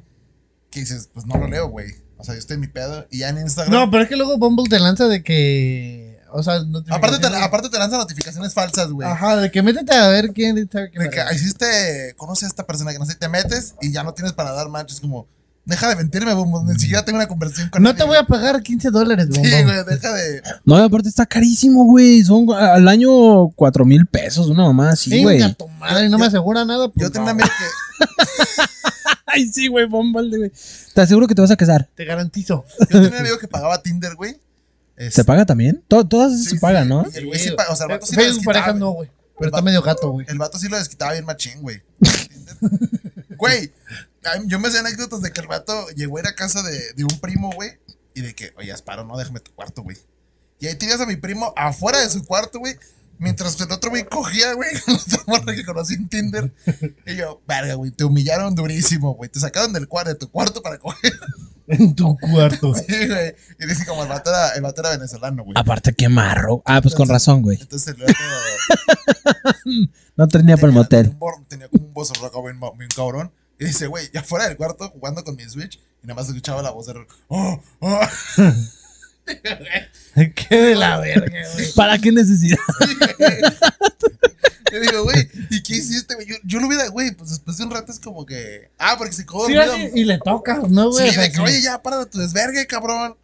Speaker 4: que dices, pues no lo leo, güey. O sea, yo estoy en mi pedo y ya en Instagram.
Speaker 3: No, pero es que luego Bumble te lanza de que... O sea, no te...
Speaker 4: aparte, te, aparte te lanzan notificaciones falsas, güey.
Speaker 3: pues, Ajá, de que métete a ver quién está...
Speaker 4: De que hiciste, conoce a esta persona que no sé, te metes y ya no tienes para dar match. Es como, deja de mentirme, bombón. Ni siquiera tengo una conversación con
Speaker 3: No te voy
Speaker 4: nadie,
Speaker 3: a pagar 15 dólares,
Speaker 4: güey.
Speaker 3: güey.
Speaker 4: Sí, güey, deja de.
Speaker 1: No, y aparte está carísimo, güey. Son a- al año cuatro mil pesos, una mamá así, Ah, güey.
Speaker 3: Venga, tu madre, no me asegura nada. Pues,
Speaker 4: Yo tengo una amiga que.
Speaker 1: Ay, sí, güey, Bumble, güey. Te aseguro que te vas a casar.
Speaker 3: Te garantizo.
Speaker 4: Yo tenía un amigo que pagaba Tinder, güey.
Speaker 1: ¿Se
Speaker 4: Este,
Speaker 1: paga también? To- todas esas
Speaker 4: Sí,
Speaker 1: se
Speaker 4: sí,
Speaker 1: pagan, ¿no?
Speaker 4: Y el güey sí paga, o sea, el vato sí lo
Speaker 3: Facebook
Speaker 4: desquitaba.
Speaker 3: pareja no, güey. Pero está medio gato, güey.
Speaker 4: El vato sí lo desquitaba bien machín, güey. Güey, ay, yo me sé anécdotas de que el vato llegó a ir a casa de, de un primo, güey, y de que, oye, Asparo, no, déjame tu cuarto, güey. Y ahí tenías a mi primo afuera de su cuarto, güey, mientras el otro güey cogía, güey, con otra morra que conocí en Tinder. Y yo, verga, güey, te humillaron durísimo, güey. Te sacaron del cuarto, de tu cuarto para coger,
Speaker 3: En tu cuarto.
Speaker 4: güey. Y dice, como el vato era, el vato era venezolano, güey.
Speaker 1: Aparte, qué marro. Ah, pues con razón, güey.
Speaker 4: Entonces el vato...
Speaker 1: No tenía para el
Speaker 4: tenía-
Speaker 1: motel.
Speaker 4: tenía un bor- Tenía como un bozorroco bien, ma- bien cabrón. Y dice, güey, ya fuera del cuarto jugando con mi Switch. Y nada más escuchaba la voz de Rock. ¡Oh! ¡Oh!
Speaker 3: Qué de la verga, güey.
Speaker 1: ¿Para qué necesidad?
Speaker 4: Yo digo, güey, ¿y qué hiciste, güey? Yo, yo lo hubiera, güey, pues después de un rato es como que. Ah, porque se quedó
Speaker 3: Sí,
Speaker 4: dormido.
Speaker 3: así, y le tocas, ¿no,
Speaker 4: Sí,
Speaker 3: güey? O sea,
Speaker 4: de que, oye, ya, para tu desvergue, cabrón.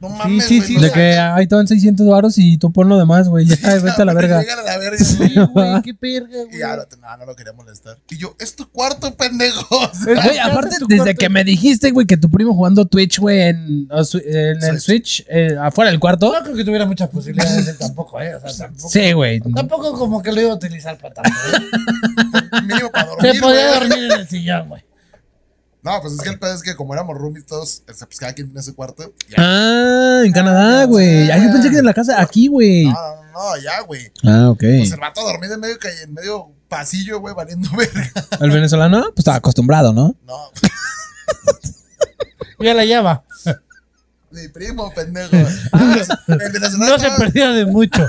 Speaker 4: No
Speaker 3: Sí,
Speaker 4: mames,
Speaker 3: sí,
Speaker 4: güey,
Speaker 3: sí,
Speaker 4: no
Speaker 1: De
Speaker 4: sé.
Speaker 1: que ahí te van 600 varos y tú pon lo demás, güey. Ya,
Speaker 4: Ya,
Speaker 1: vete a la
Speaker 4: porque
Speaker 1: verga.
Speaker 4: llegan a la verga,
Speaker 1: Sí.
Speaker 4: güey.
Speaker 3: sí, güey, qué verga,
Speaker 4: Y ahora,
Speaker 3: güey.
Speaker 4: no, no lo quería molestar. Y yo, es tu cuarto, pendejo.
Speaker 1: Güey, aparte, desde que me dijiste, güey, que tu primo jugando Twitch, güey, en, o su- en el Switch, eh, afuera del cuarto.
Speaker 3: No creo que tuviera muchas posibilidades él tampoco, ¿eh? O sea, tampoco.
Speaker 1: Sí, güey.
Speaker 3: Tampoco como que lo iba a utilizar para tanto. ¿eh?
Speaker 4: Mínimo para dormir.
Speaker 3: Se podía
Speaker 4: güey.
Speaker 3: dormir en el sillón, güey.
Speaker 4: No, pues es que el pedo es que como éramos roomies todos, o sea, pues cada quien tiene su cuarto. Ya.
Speaker 1: Ah, en Canadá, güey. Ah, yo pensé que en la casa, aquí, güey.
Speaker 4: No, no, no, Ah, no, ya, güey.
Speaker 1: Ah, ok.
Speaker 4: Pues el vato dormido en medio calle, en medio pasillo, güey, valiendo verga.
Speaker 1: El venezolano, pues estaba acostumbrado, ¿no?
Speaker 4: No, pues,
Speaker 3: Ya la llama.
Speaker 4: mi primo, pendejo. El venezolano
Speaker 3: Ah, No se
Speaker 4: estaba
Speaker 3: perdía de mucho.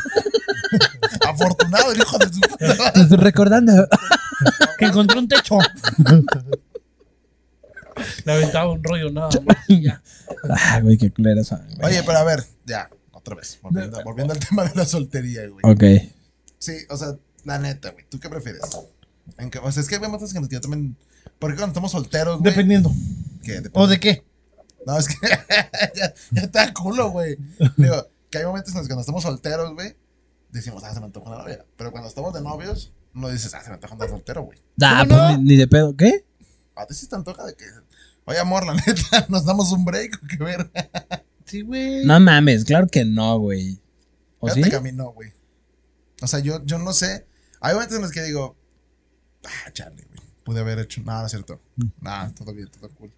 Speaker 4: afortunado, el hijo de su puta madre.
Speaker 1: Pues, recordando.
Speaker 3: Que encontró un techo. Le aventaba un rollo, nada. más.
Speaker 1: Ah, güey, qué culera esa. güey.
Speaker 4: Oye, pero a ver, ya, otra vez. Volviendo, volviendo al tema de la soltería, güey.
Speaker 1: Ok.
Speaker 4: Sí, o sea, la neta, güey. ¿Tú qué prefieres? En que- o sea, es que vemos que nos yo también. Porque cuando estamos solteros, güey.
Speaker 3: Dependiendo.
Speaker 4: que depende-
Speaker 3: ¿O de qué?
Speaker 4: No, es que ya, ya está culo, güey. Digo, que hay momentos en los que cuando estamos solteros, güey, decimos, ah, se me antoja una novia. Pero cuando estamos de novios, no dices, ah, se me antoja andar soltero, güey.
Speaker 1: Ah,
Speaker 3: ¿Cómo
Speaker 1: pues
Speaker 3: no?
Speaker 1: ni, ni de pedo. ¿Qué?
Speaker 4: A ti sí te antoja de que, oye, amor, la neta, nos damos un break, o qué ver.
Speaker 3: Sí, güey.
Speaker 1: No mames, claro que no, güey. ¿O sí?
Speaker 4: Fíjate que a mí no, güey. O sea, yo, yo no sé. Hay momentos en los que digo, ah, Charlie, güey, pude haber hecho. Nada, no es cierto.
Speaker 1: Mm.
Speaker 4: Nada, todo bien, todo cool.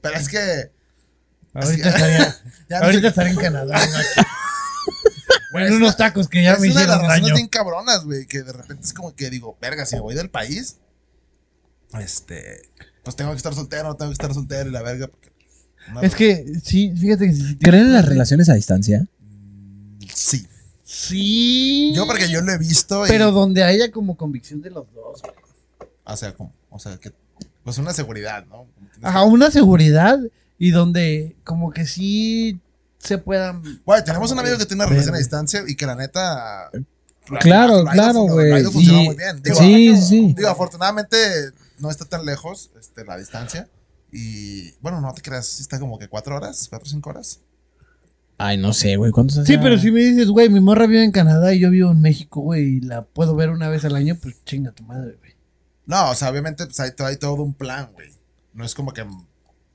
Speaker 4: Pero es que.
Speaker 3: Ahorita estaría,
Speaker 4: Ya no
Speaker 3: ahorita
Speaker 4: sé-
Speaker 3: estaría en Canadá. ¿no? Aquí.
Speaker 4: Güey,
Speaker 3: en
Speaker 4: es
Speaker 3: unos
Speaker 4: una-
Speaker 3: tacos que ya
Speaker 4: es
Speaker 3: me
Speaker 4: una de las
Speaker 3: hicieron
Speaker 4: razones
Speaker 3: daño.
Speaker 4: bien cabronas, güey, que de repente es como que digo, verga, si me voy del país, este, pues tengo que estar soltero, tengo que estar soltero y la verga. Porque, no,
Speaker 3: Es que, sí, fíjate que sí.
Speaker 1: ¿Creen en las relaciones a distancia?
Speaker 4: mm, Sí.
Speaker 3: Sí.
Speaker 4: Yo porque yo lo he visto y,
Speaker 3: Pero donde haya como convicción de los dos. güey.
Speaker 4: o sea, como, o sea, que, pues una seguridad, ¿no? Como tienes
Speaker 3: Ajá, una seguridad y donde como que sí se puedan...
Speaker 4: que- Güey, tenemos un amigo que tiene una relación a
Speaker 3: Verde.
Speaker 4: distancia y que la neta... la-
Speaker 1: Claro,
Speaker 4: la- la-
Speaker 1: claro,
Speaker 4: la- la-
Speaker 1: güey.
Speaker 4: la- la- funcionó
Speaker 1: Y-
Speaker 4: muy bien. Digo,
Speaker 1: sí, sí, sí.
Speaker 4: Digo, afortunadamente no está tan lejos este, la distancia. Y bueno, no te creas, sí está como que cuatro horas, cuatro o cinco horas.
Speaker 1: Ay, no sé, güey. ¿Cuántos
Speaker 3: Sí, pero si me dices, güey, mi morra vive en Canadá y yo vivo en México, güey, y la puedo ver una vez al año, pues chinga tu madre, güey.
Speaker 4: No, o sea, obviamente pues, hay, hay todo un plan, güey. No es como que. mm,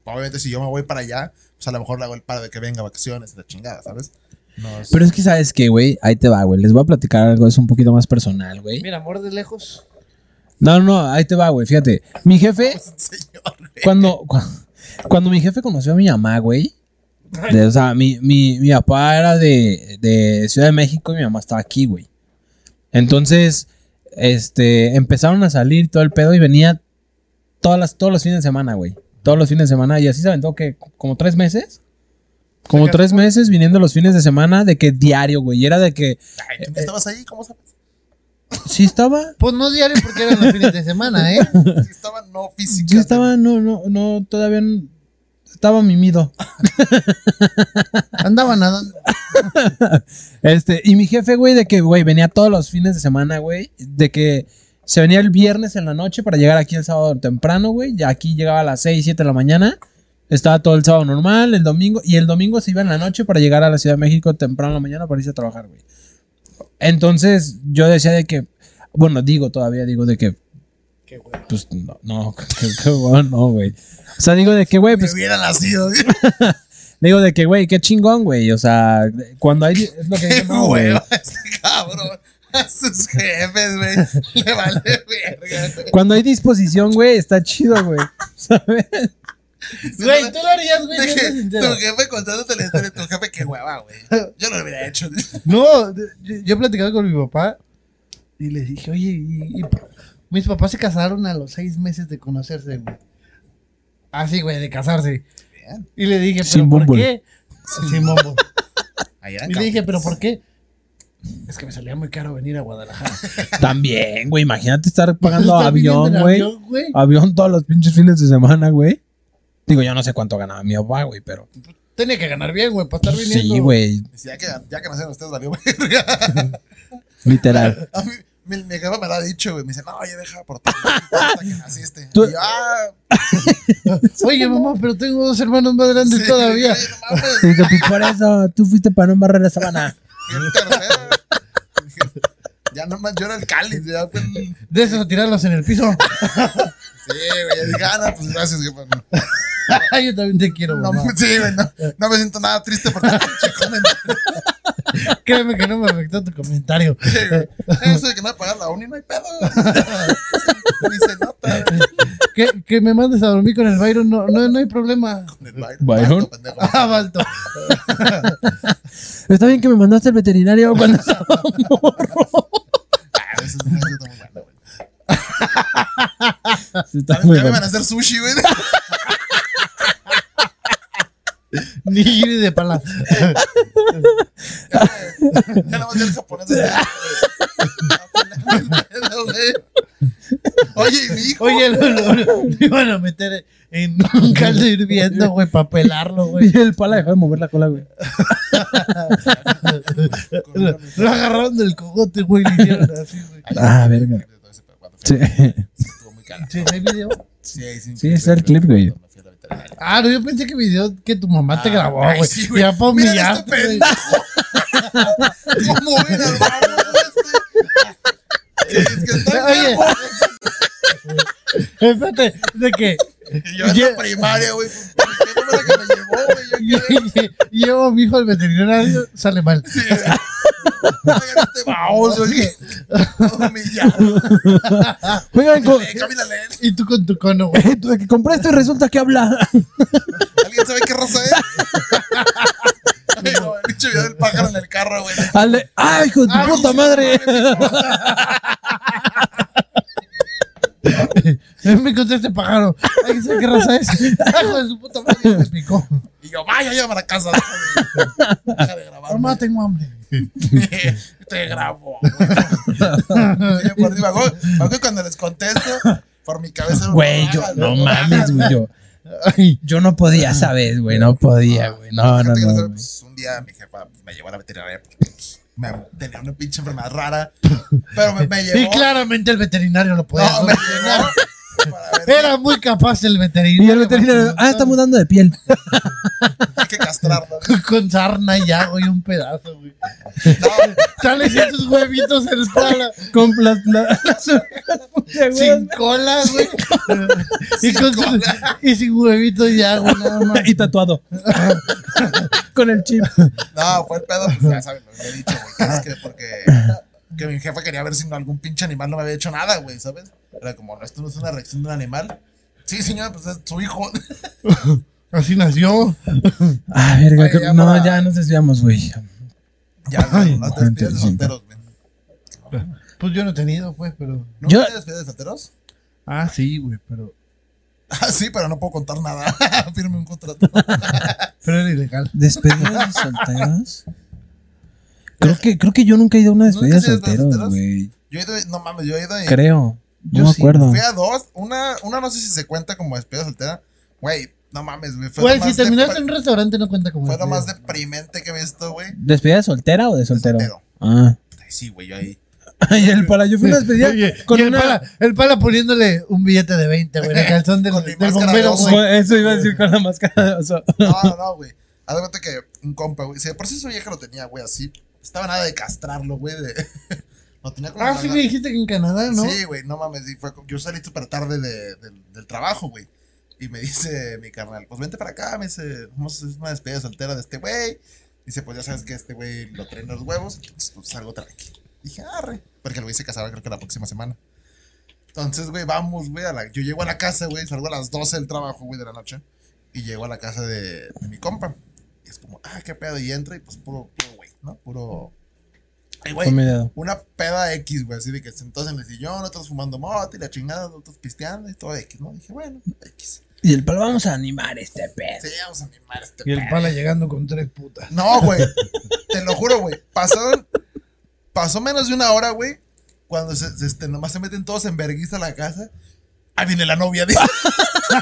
Speaker 4: Obviamente, si yo me voy para allá, pues a lo mejor le hago el paro de que venga vacaciones y la chingada, ¿sabes?
Speaker 3: No,
Speaker 1: Pero es que, ¿sabes qué, güey? Ahí te va, güey. Les voy a platicar algo, es un poquito más personal, güey.
Speaker 3: Mira, amor de lejos.
Speaker 1: No, no, no, ahí te va, güey. Fíjate. Mi jefe,
Speaker 4: Pues, señor, güey.
Speaker 1: cuando, cu- cuando mi jefe conoció a mi mamá, güey. de- o sea, mi, mi, mi papá era de, de Ciudad de México y mi mamá estaba aquí, güey. Entonces, este, empezaron a salir todo el pedo y venía todas las, todos los fines de semana, güey. Todos los fines de semana. Y así se aventó que como tres meses. Como
Speaker 3: Sacaste
Speaker 1: tres meses viniendo los fines de semana de que diario, güey. Y era de que
Speaker 3: Eh,
Speaker 4: Ay, ¿tú no estabas ahí? ¿Cómo sabes?
Speaker 1: sí estaba,
Speaker 3: Pues no diario porque eran los fines de semana, ¿eh?
Speaker 4: Sí estaba no física.
Speaker 1: Yo estaba, no, no, no, todavía n- estaba mimido.
Speaker 3: Andaba nadando.
Speaker 1: Este, y mi jefe, güey, de que, güey, venía todos los fines de semana, güey, de que se venía el viernes en la noche para llegar aquí el sábado temprano, güey, ya aquí llegaba a las 6, 7 de la mañana, estaba todo el sábado normal, el domingo, y el domingo se iba en la noche para llegar a la Ciudad de México temprano en la mañana para irse a trabajar, güey. Entonces, yo decía de que, bueno, digo todavía, digo de que, pues, no, no, qué- qué hueva, no, güey. O sea, digo de que, güey, pues,
Speaker 4: Me hubiera nacido. güey.
Speaker 1: Le digo de que, güey, qué chingón, güey. O sea, cuando hay. Es lo que
Speaker 4: Qué
Speaker 3: Eh,
Speaker 1: dice, no, güey.
Speaker 4: hueva este cabrón. A sus jefes, güey. Le vale verga, güey.
Speaker 1: Cuando hay disposición, güey, está chido, güey. ¿Sabes?
Speaker 3: Güey, tú lo harías, güey.
Speaker 4: De
Speaker 3: siendo
Speaker 4: que
Speaker 3: sincero.
Speaker 4: tu jefe contándote la historia de tu jefe, qué hueva, güey. Yo no lo hubiera hecho.
Speaker 3: No, de- yo, yo platicaba con mi papá y les dije, oye, y- y pa- mis papás se casaron a los seis meses de conocerse, güey. Así, güey, de casarse. Y le dije,
Speaker 1: Sin
Speaker 3: ¿pero por
Speaker 1: bombo.
Speaker 3: qué? Sin bombo.
Speaker 4: Allá,
Speaker 3: Y le dije, ¿pero por qué? Es que me salía muy caro venir a Guadalajara.
Speaker 1: También, güey. Imagínate estar pagando
Speaker 3: Estar viniendo en
Speaker 1: avión, güey.
Speaker 3: avión, güey.
Speaker 1: Avión todos los pinches fines de semana, güey. Digo, yo no sé cuánto ganaba mi papá, güey, pero.
Speaker 3: Tenía que ganar bien, güey, para estar viniendo.
Speaker 1: Sí, güey.
Speaker 4: Ya que, ya que nacieron ustedes, valió verga.
Speaker 1: Literal.
Speaker 4: A mí, mi, mi jefa me lo ha dicho, güey. Me dice, no, oye, deja por ti. Hasta que naciste.
Speaker 1: Tú-
Speaker 4: Y yo, ah,
Speaker 3: Oye, mamá, pero tengo dos hermanos más grandes
Speaker 4: sí,
Speaker 3: todavía.
Speaker 4: güey, no mames,
Speaker 1: Digo, pues por eso tú fuiste para no barrer la sabana.
Speaker 4: fui el tercero. Dije, Ya nomás yo era el cáliz. Ya, pues, sí,
Speaker 3: De esos a tirarlos en el piso.
Speaker 4: güey. Ya dije, ah, no, pues gracias, jefa. No,
Speaker 3: Yo también te quiero,
Speaker 4: No,
Speaker 3: mamá.
Speaker 4: sí, güey, no, no me siento nada triste porque
Speaker 3: Créeme que no me afectó tu comentario.
Speaker 4: Eso de que no me pagan la uni no hay pedo. Ni se nota. güey.
Speaker 3: Que, que me mandes a dormir con el Byron, no, no, no hay problema.
Speaker 4: El Byron.
Speaker 1: Byron.
Speaker 4: Alto, pendejo.
Speaker 3: Ah, Balto.
Speaker 1: Está bien que me mandaste al veterinario cuando estaba morro.
Speaker 4: Ah, eso es- eso está
Speaker 1: Está
Speaker 4: muy bueno, güey. Ya
Speaker 1: muy
Speaker 4: me
Speaker 1: bueno.
Speaker 4: van a hacer sushi, güey.
Speaker 3: Nigiri de pala.
Speaker 4: Ya, güey. Ya no voy a ser japonés. güey. Ah, pendejo, güey. Oye, y mi hijo.
Speaker 3: Oye, lo, lo- lo- lo iban a meter en un caldo hirviendo, güey, para pelarlo, güey.
Speaker 1: Y el pala dejó de mover la cola, güey.
Speaker 3: Lo, lo agarraron del cogote, güey, y le hicieron así, güey.
Speaker 1: Ah, verga. Sí.
Speaker 4: Estuvo muy cagado.
Speaker 3: Sí, hay video.
Speaker 4: Sí, sí,
Speaker 1: Sí, es el clip, güey.
Speaker 4: Me fui a la veterinaria.
Speaker 3: Ah, no, yo pensé que video que tu mamá te grabó,
Speaker 4: Ah, Ay,
Speaker 3: güey.
Speaker 4: sí,
Speaker 3: ya para
Speaker 4: Miren este
Speaker 3: humillarte. güey.
Speaker 4: pendejo. ¿Cómo ven al barro este? Es que está
Speaker 3: Oye.
Speaker 4: enfermo.
Speaker 3: Espérate, de que
Speaker 4: Y Yo en
Speaker 3: Oye.
Speaker 4: la primaria, güey. Pues, ¿Qué número que me llevó, güey? Yo quedé
Speaker 3: llevo a mi hijo al veterinario, sale mal.
Speaker 4: Sí, güey. Oigan, este baboso, oye. Humillado.
Speaker 1: Oigan, co-
Speaker 4: Eh, Camínale.
Speaker 3: Y tú con tu cono, güey.
Speaker 1: Eh, tú de que compré esto y resulta que habla.
Speaker 4: ¿Alguien sabe qué raza es? Ay, no, el pinche video del pájaro en el carro, güey.
Speaker 1: Al de- ¡Ay, hijo de tu
Speaker 4: Ay,
Speaker 1: puta
Speaker 4: sí,
Speaker 1: madre!
Speaker 3: Me encontré este pájaro. Ay, ¿sabes qué raza es? Ah, hijo de su puta madre, me picó.
Speaker 4: Y yo, vaya, llévame a la casa. deja de- Deja de grabar.
Speaker 3: Mamá, tengo hambre.
Speaker 4: Te grabo. güey. Por arriba, güey. Aunque cuando les contesto, por mi cabeza.
Speaker 1: Güey, yo,
Speaker 4: hagas,
Speaker 1: no
Speaker 4: hagas.
Speaker 1: mames, güey. Yo,
Speaker 3: Ay,
Speaker 1: yo no podía, ¿sabes, güey? No podía, güey. No,
Speaker 4: Fíjate
Speaker 1: no,
Speaker 4: que
Speaker 1: no.
Speaker 4: sabe,
Speaker 1: güey.
Speaker 4: pues, un día mi jefa me llevó a la veterinaria. porque, pues, Me tenía una pinche enfermedad rara. Pero me, me llevó.
Speaker 3: Y claramente el veterinario lo podía
Speaker 4: No, me
Speaker 3: hacer.
Speaker 4: llevó. Para ver
Speaker 3: Era muy capaz el veterinario.
Speaker 1: Y el veterinario, ah, está mudando de piel.
Speaker 4: hay que castrarlo.
Speaker 3: Con sarna y ajo y un pedazo, güey.
Speaker 4: No,
Speaker 3: Sale sin sus huevitos en sala.
Speaker 1: Con las. las- las-
Speaker 3: Sin cola, güey. Y,
Speaker 4: Sin
Speaker 3: con sus-
Speaker 4: cola.
Speaker 3: y sin huevitos y ajo, nada más.
Speaker 1: y tatuado. con el chip.
Speaker 4: No, fue el pedo, pues ya saben, lo había dicho, güey. Que es que porque que mi jefa quería ver si no- algún pinche animal no me había hecho nada, güey, ¿sabes? Era como, no, esto no es una reacción de un animal. Sí, señora, pues es su hijo.
Speaker 3: Así nació.
Speaker 1: Ah, verga,
Speaker 4: Oye,
Speaker 1: creo-
Speaker 4: ya
Speaker 1: no,
Speaker 4: para-
Speaker 1: ya nos desviamos, güey.
Speaker 4: Ya, güey, no te
Speaker 1: Ay,
Speaker 4: despides de solteros, güey.
Speaker 3: Pues yo no he tenido, pues, pero.
Speaker 4: ¿No
Speaker 1: Yo-
Speaker 4: te despides de solteros?
Speaker 3: Ah, sí, güey, pero.
Speaker 4: Ah, sí, pero no puedo contar nada. Firme un contrato.
Speaker 3: Pero era ilegal.
Speaker 1: ¿Despedidas de solteros? Creo que, creo que yo nunca he ido a una despedida de
Speaker 4: ¿Nunca has ido a una de
Speaker 1: solteros,
Speaker 4: solteros?
Speaker 1: güey.
Speaker 4: Yo he ido, no mames, yo he ido y
Speaker 1: Creo. No
Speaker 3: Yo
Speaker 1: me
Speaker 3: sí,
Speaker 1: acuerdo.
Speaker 4: fui a dos. Una, una no sé si se cuenta como despedida soltera. Güey, no mames, güey. fue lo
Speaker 3: Güey,
Speaker 4: más
Speaker 3: si terminaste
Speaker 4: depre-
Speaker 3: en un restaurante no cuenta como.
Speaker 4: Fue
Speaker 1: Pues,
Speaker 4: lo más
Speaker 3: despedida.
Speaker 4: deprimente que he visto, güey.
Speaker 1: ¿Despedida de soltera o de soltero?
Speaker 4: soltero.
Speaker 1: Ah.
Speaker 4: Ay, Sí, güey, yo ahí.
Speaker 1: Ay, el para, yo fui a una despedida
Speaker 3: Oye,
Speaker 1: con
Speaker 3: y el,
Speaker 1: una.
Speaker 3: pala, el pala poniéndole un billete de 20, güey, en el calzón del,
Speaker 4: Con mi
Speaker 3: del
Speaker 4: máscara
Speaker 3: bombero,
Speaker 4: de oso.
Speaker 3: güey.
Speaker 1: Con- Pues, Eso iba a decir con la máscara de oso.
Speaker 4: No, no, güey. Haz de cuenta que un compa, güey. Si de por sí su vieja lo tenía, güey, así. Estaba nada de castrarlo, güey. De... Lo tenía como.
Speaker 3: Ah,
Speaker 4: la-
Speaker 3: sí me dijiste que en Canadá, ¿no?
Speaker 4: Sí, güey, no mames. y fue como- Yo salí súper tarde de- del- del trabajo, güey. Y me dice mi carnal, pues vente para acá. Me dice, vamos a hacer una despedida soltera de este güey. Dice, pues ya sabes que este güey lo traen los huevos. Entonces, pues salgo tranqui. Dije, arre. Porque el güey se casaba, creo que la próxima semana. Entonces, güey, vamos, güey. a la- Yo llego a la casa, güey. Salgo a las 12 del trabajo, güey, de la noche. Y llego a la casa de, de mi compa. Y es como, ah, qué pedo. Y entra y pues puro, puro, güey, ¿no? Puro. Ay, güey
Speaker 1: Fue mi dedo.
Speaker 4: una peda X, güey, así de que sentados en el sillón, otros fumando mota y la chingada, otros pisteando y todo X, ¿no? Dije, bueno, X.
Speaker 1: Y el palo, vamos a animar este
Speaker 4: Sí,
Speaker 1: pedo.
Speaker 4: vamos a animar este
Speaker 3: Y el
Speaker 4: pedo.
Speaker 3: pala llegando con tres putas.
Speaker 4: No, güey, te lo juro, güey, pasaron, pasó menos de una hora, güey, cuando se, se- este, nomás se meten todos en verguiza a la casa. Ahí viene la novia, dije,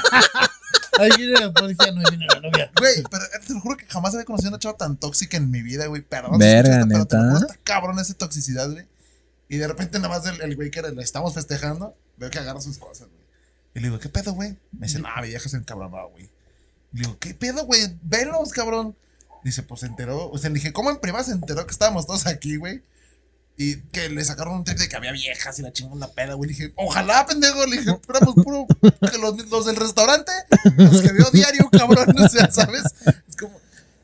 Speaker 3: Ahí viene la policía, no ahí viene la novia.
Speaker 4: güey, pero eh, te lo juro que jamás había conocido una chava tan tóxica en mi vida, güey, perdón.
Speaker 1: Verga,
Speaker 4: se escucha esto, pero te lo
Speaker 1: ¿neta?
Speaker 4: juro, está cabrón esa toxicidad, güey. Y de repente nada más el el güey que le estamos festejando, veo que agarra sus cosas, güey. Y le digo, ¿qué pedo, güey? Me dice, nah, mi vieja se encabronaba, güey. Y Le digo, ¿qué pedo, güey? Venos, cabrón. Dice, pues se enteró. O sea, le dije, ¿cómo en privado se enteró que estábamos todos aquí, güey? Y que le sacaron un trip de que había viejas y la chingó una peda, güey. Le dije, ojalá, pendejo. Le dije, pero pues puro, que los, los del restaurante, los que veo diario, cabrón. O sea, ¿sabes? Es como...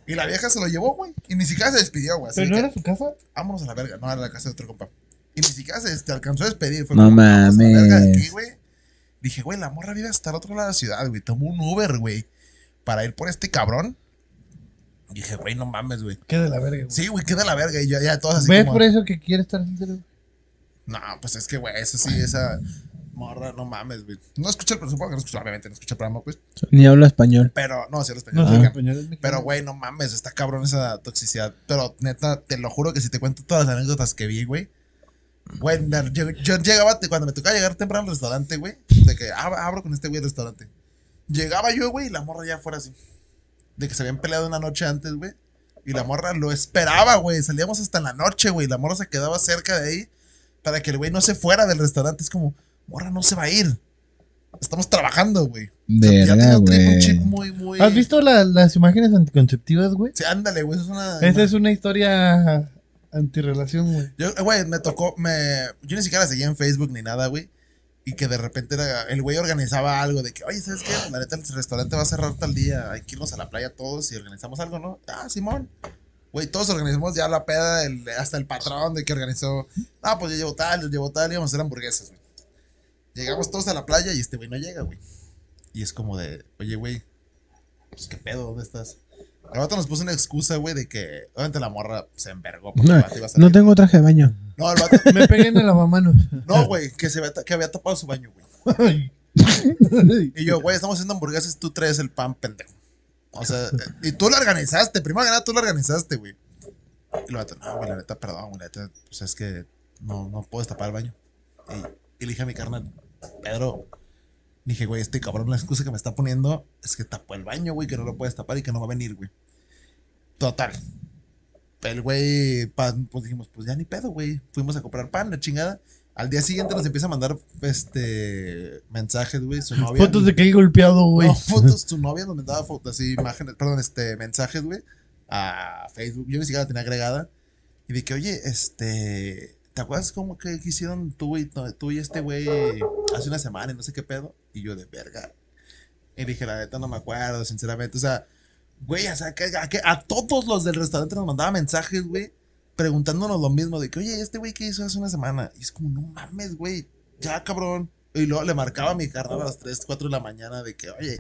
Speaker 4: Y la vieja se lo llevó, güey. Y ni siquiera se despidió, güey. Así
Speaker 3: ¿Pero no
Speaker 4: que,
Speaker 3: era su casa?
Speaker 4: vámonos a la verga, no a la casa de otro compa. Y ni siquiera se este, alcanzó a despedir. Fue
Speaker 1: No
Speaker 4: como, "Vámonos a la verga de
Speaker 1: mames.
Speaker 4: aquí, güey. Dije, güey, la morra vive hasta el otro lado de la ciudad, güey. Tomó un Uber, güey, para ir por este cabrón. Dije, güey, no mames, güey.
Speaker 3: Qué de la verga, güey.
Speaker 4: Sí, güey, queda la verga. Y yo ya todas así
Speaker 3: ¿Ves
Speaker 4: como,
Speaker 3: por eso que quiere estar soltero?
Speaker 4: No, pues es que, güey, eso sí, esa morra, no mames, güey. No escucha el supongo que no escucha, obviamente no escucha el programa, pues.
Speaker 1: Ni hablo español.
Speaker 4: Pero, no, sí, los
Speaker 3: No
Speaker 4: españoles
Speaker 3: sé,
Speaker 1: Ah.
Speaker 4: llegan.
Speaker 3: español es mexicano.
Speaker 4: Pero, güey, no mames, está cabrón esa toxicidad. Pero, neta, te lo juro que si te cuento todas las anécdotas que vi, güey. Güey, na- yo, yo llegaba, te- cuando me tocaba llegar temprano al restaurante, güey, de que ab- abro con este güey el restaurante. Llegaba yo, güey, y la morra ya fuera así. De que se habían peleado una noche antes, güey. Y la morra lo esperaba, güey. Salíamos hasta en la noche, güey. La morra se quedaba cerca de ahí para que el güey no se fuera del restaurante. Es como, morra, no se va a ir. Estamos trabajando, güey. O sea, ya
Speaker 1: Verga,
Speaker 4: tenía un trip- un chip
Speaker 1: güey.
Speaker 4: muy, muy...
Speaker 3: ¿Has visto la- las imágenes anticonceptivas, güey?
Speaker 4: Sí, ándale, güey. Eso es una...
Speaker 3: Esa es una historia antirrelación, güey.
Speaker 4: Yo, eh, güey, me tocó, me, yo ni siquiera seguía en Facebook ni nada, güey. Y que de repente era- el güey organizaba algo de que, oye, ¿sabes qué? La neta, el restaurante va a cerrar tal día, hay que irnos a la playa todos y organizamos algo, ¿no? Ah, Simón. Güey, todos organizamos ya la peda, el- hasta el patrón de que organizó, ah, pues yo llevo tal, yo llevo tal, íbamos a hacer hamburguesas, güey. Llegamos todos a la playa y este güey no llega, güey. Y es como de, oye, güey, pues qué pedo, ¿dónde estás? La otra nos puso una excusa, güey, de que, obviamente la morra se envergó porque
Speaker 1: No,
Speaker 4: el vato iba Ah, a salir.
Speaker 1: No tengo traje de baño.
Speaker 4: No, el vato,
Speaker 3: Me pegué en el lavamanos.
Speaker 4: no, güey, que, se había, que había tapado su baño, güey. Y yo, güey, estamos haciendo hamburguesas, tú traes el pan, pendejo. O sea, eh, y tú lo organizaste, primero que nada tú lo organizaste, güey. Y lo vato, no, güey, la neta, perdón, güey, la neta, pues es que no, no puedes tapar el baño. Y, y le dije a mi carnal, Pedro, le dije, güey, este cabrón, la excusa que me está poniendo es que tapó el baño, güey, que no lo puedes tapar y que no va a venir, güey. Total. El güey, pan, pues dijimos, pues ya ni pedo, güey. Fuimos a comprar pan, la chingada. Al día siguiente nos empieza a mandar este mensajes, güey, su novia.
Speaker 3: Fotos de que hay golpeado, güey.
Speaker 4: No, fotos, su novia nos mandaba fotos, así, imágenes, perdón, este, mensajes, güey, a Facebook. Yo ni siquiera la tenía agregada. Y de que, oye, este, ¿te acuerdas cómo que que hicieron tú y, tú y este güey hace una semana y no sé qué pedo? Y yo de verga. Y dije, la neta, no me acuerdo, sinceramente. O sea, Güey, o sea, que, a, que a todos los del restaurante nos mandaba mensajes, güey, preguntándonos lo mismo de que, oye, este güey, ¿qué hizo hace una semana? Y es como, no mames, güey, ya, cabrón. Y luego le marcaba a mi carnal a las 3, 4 de la mañana de que, oye,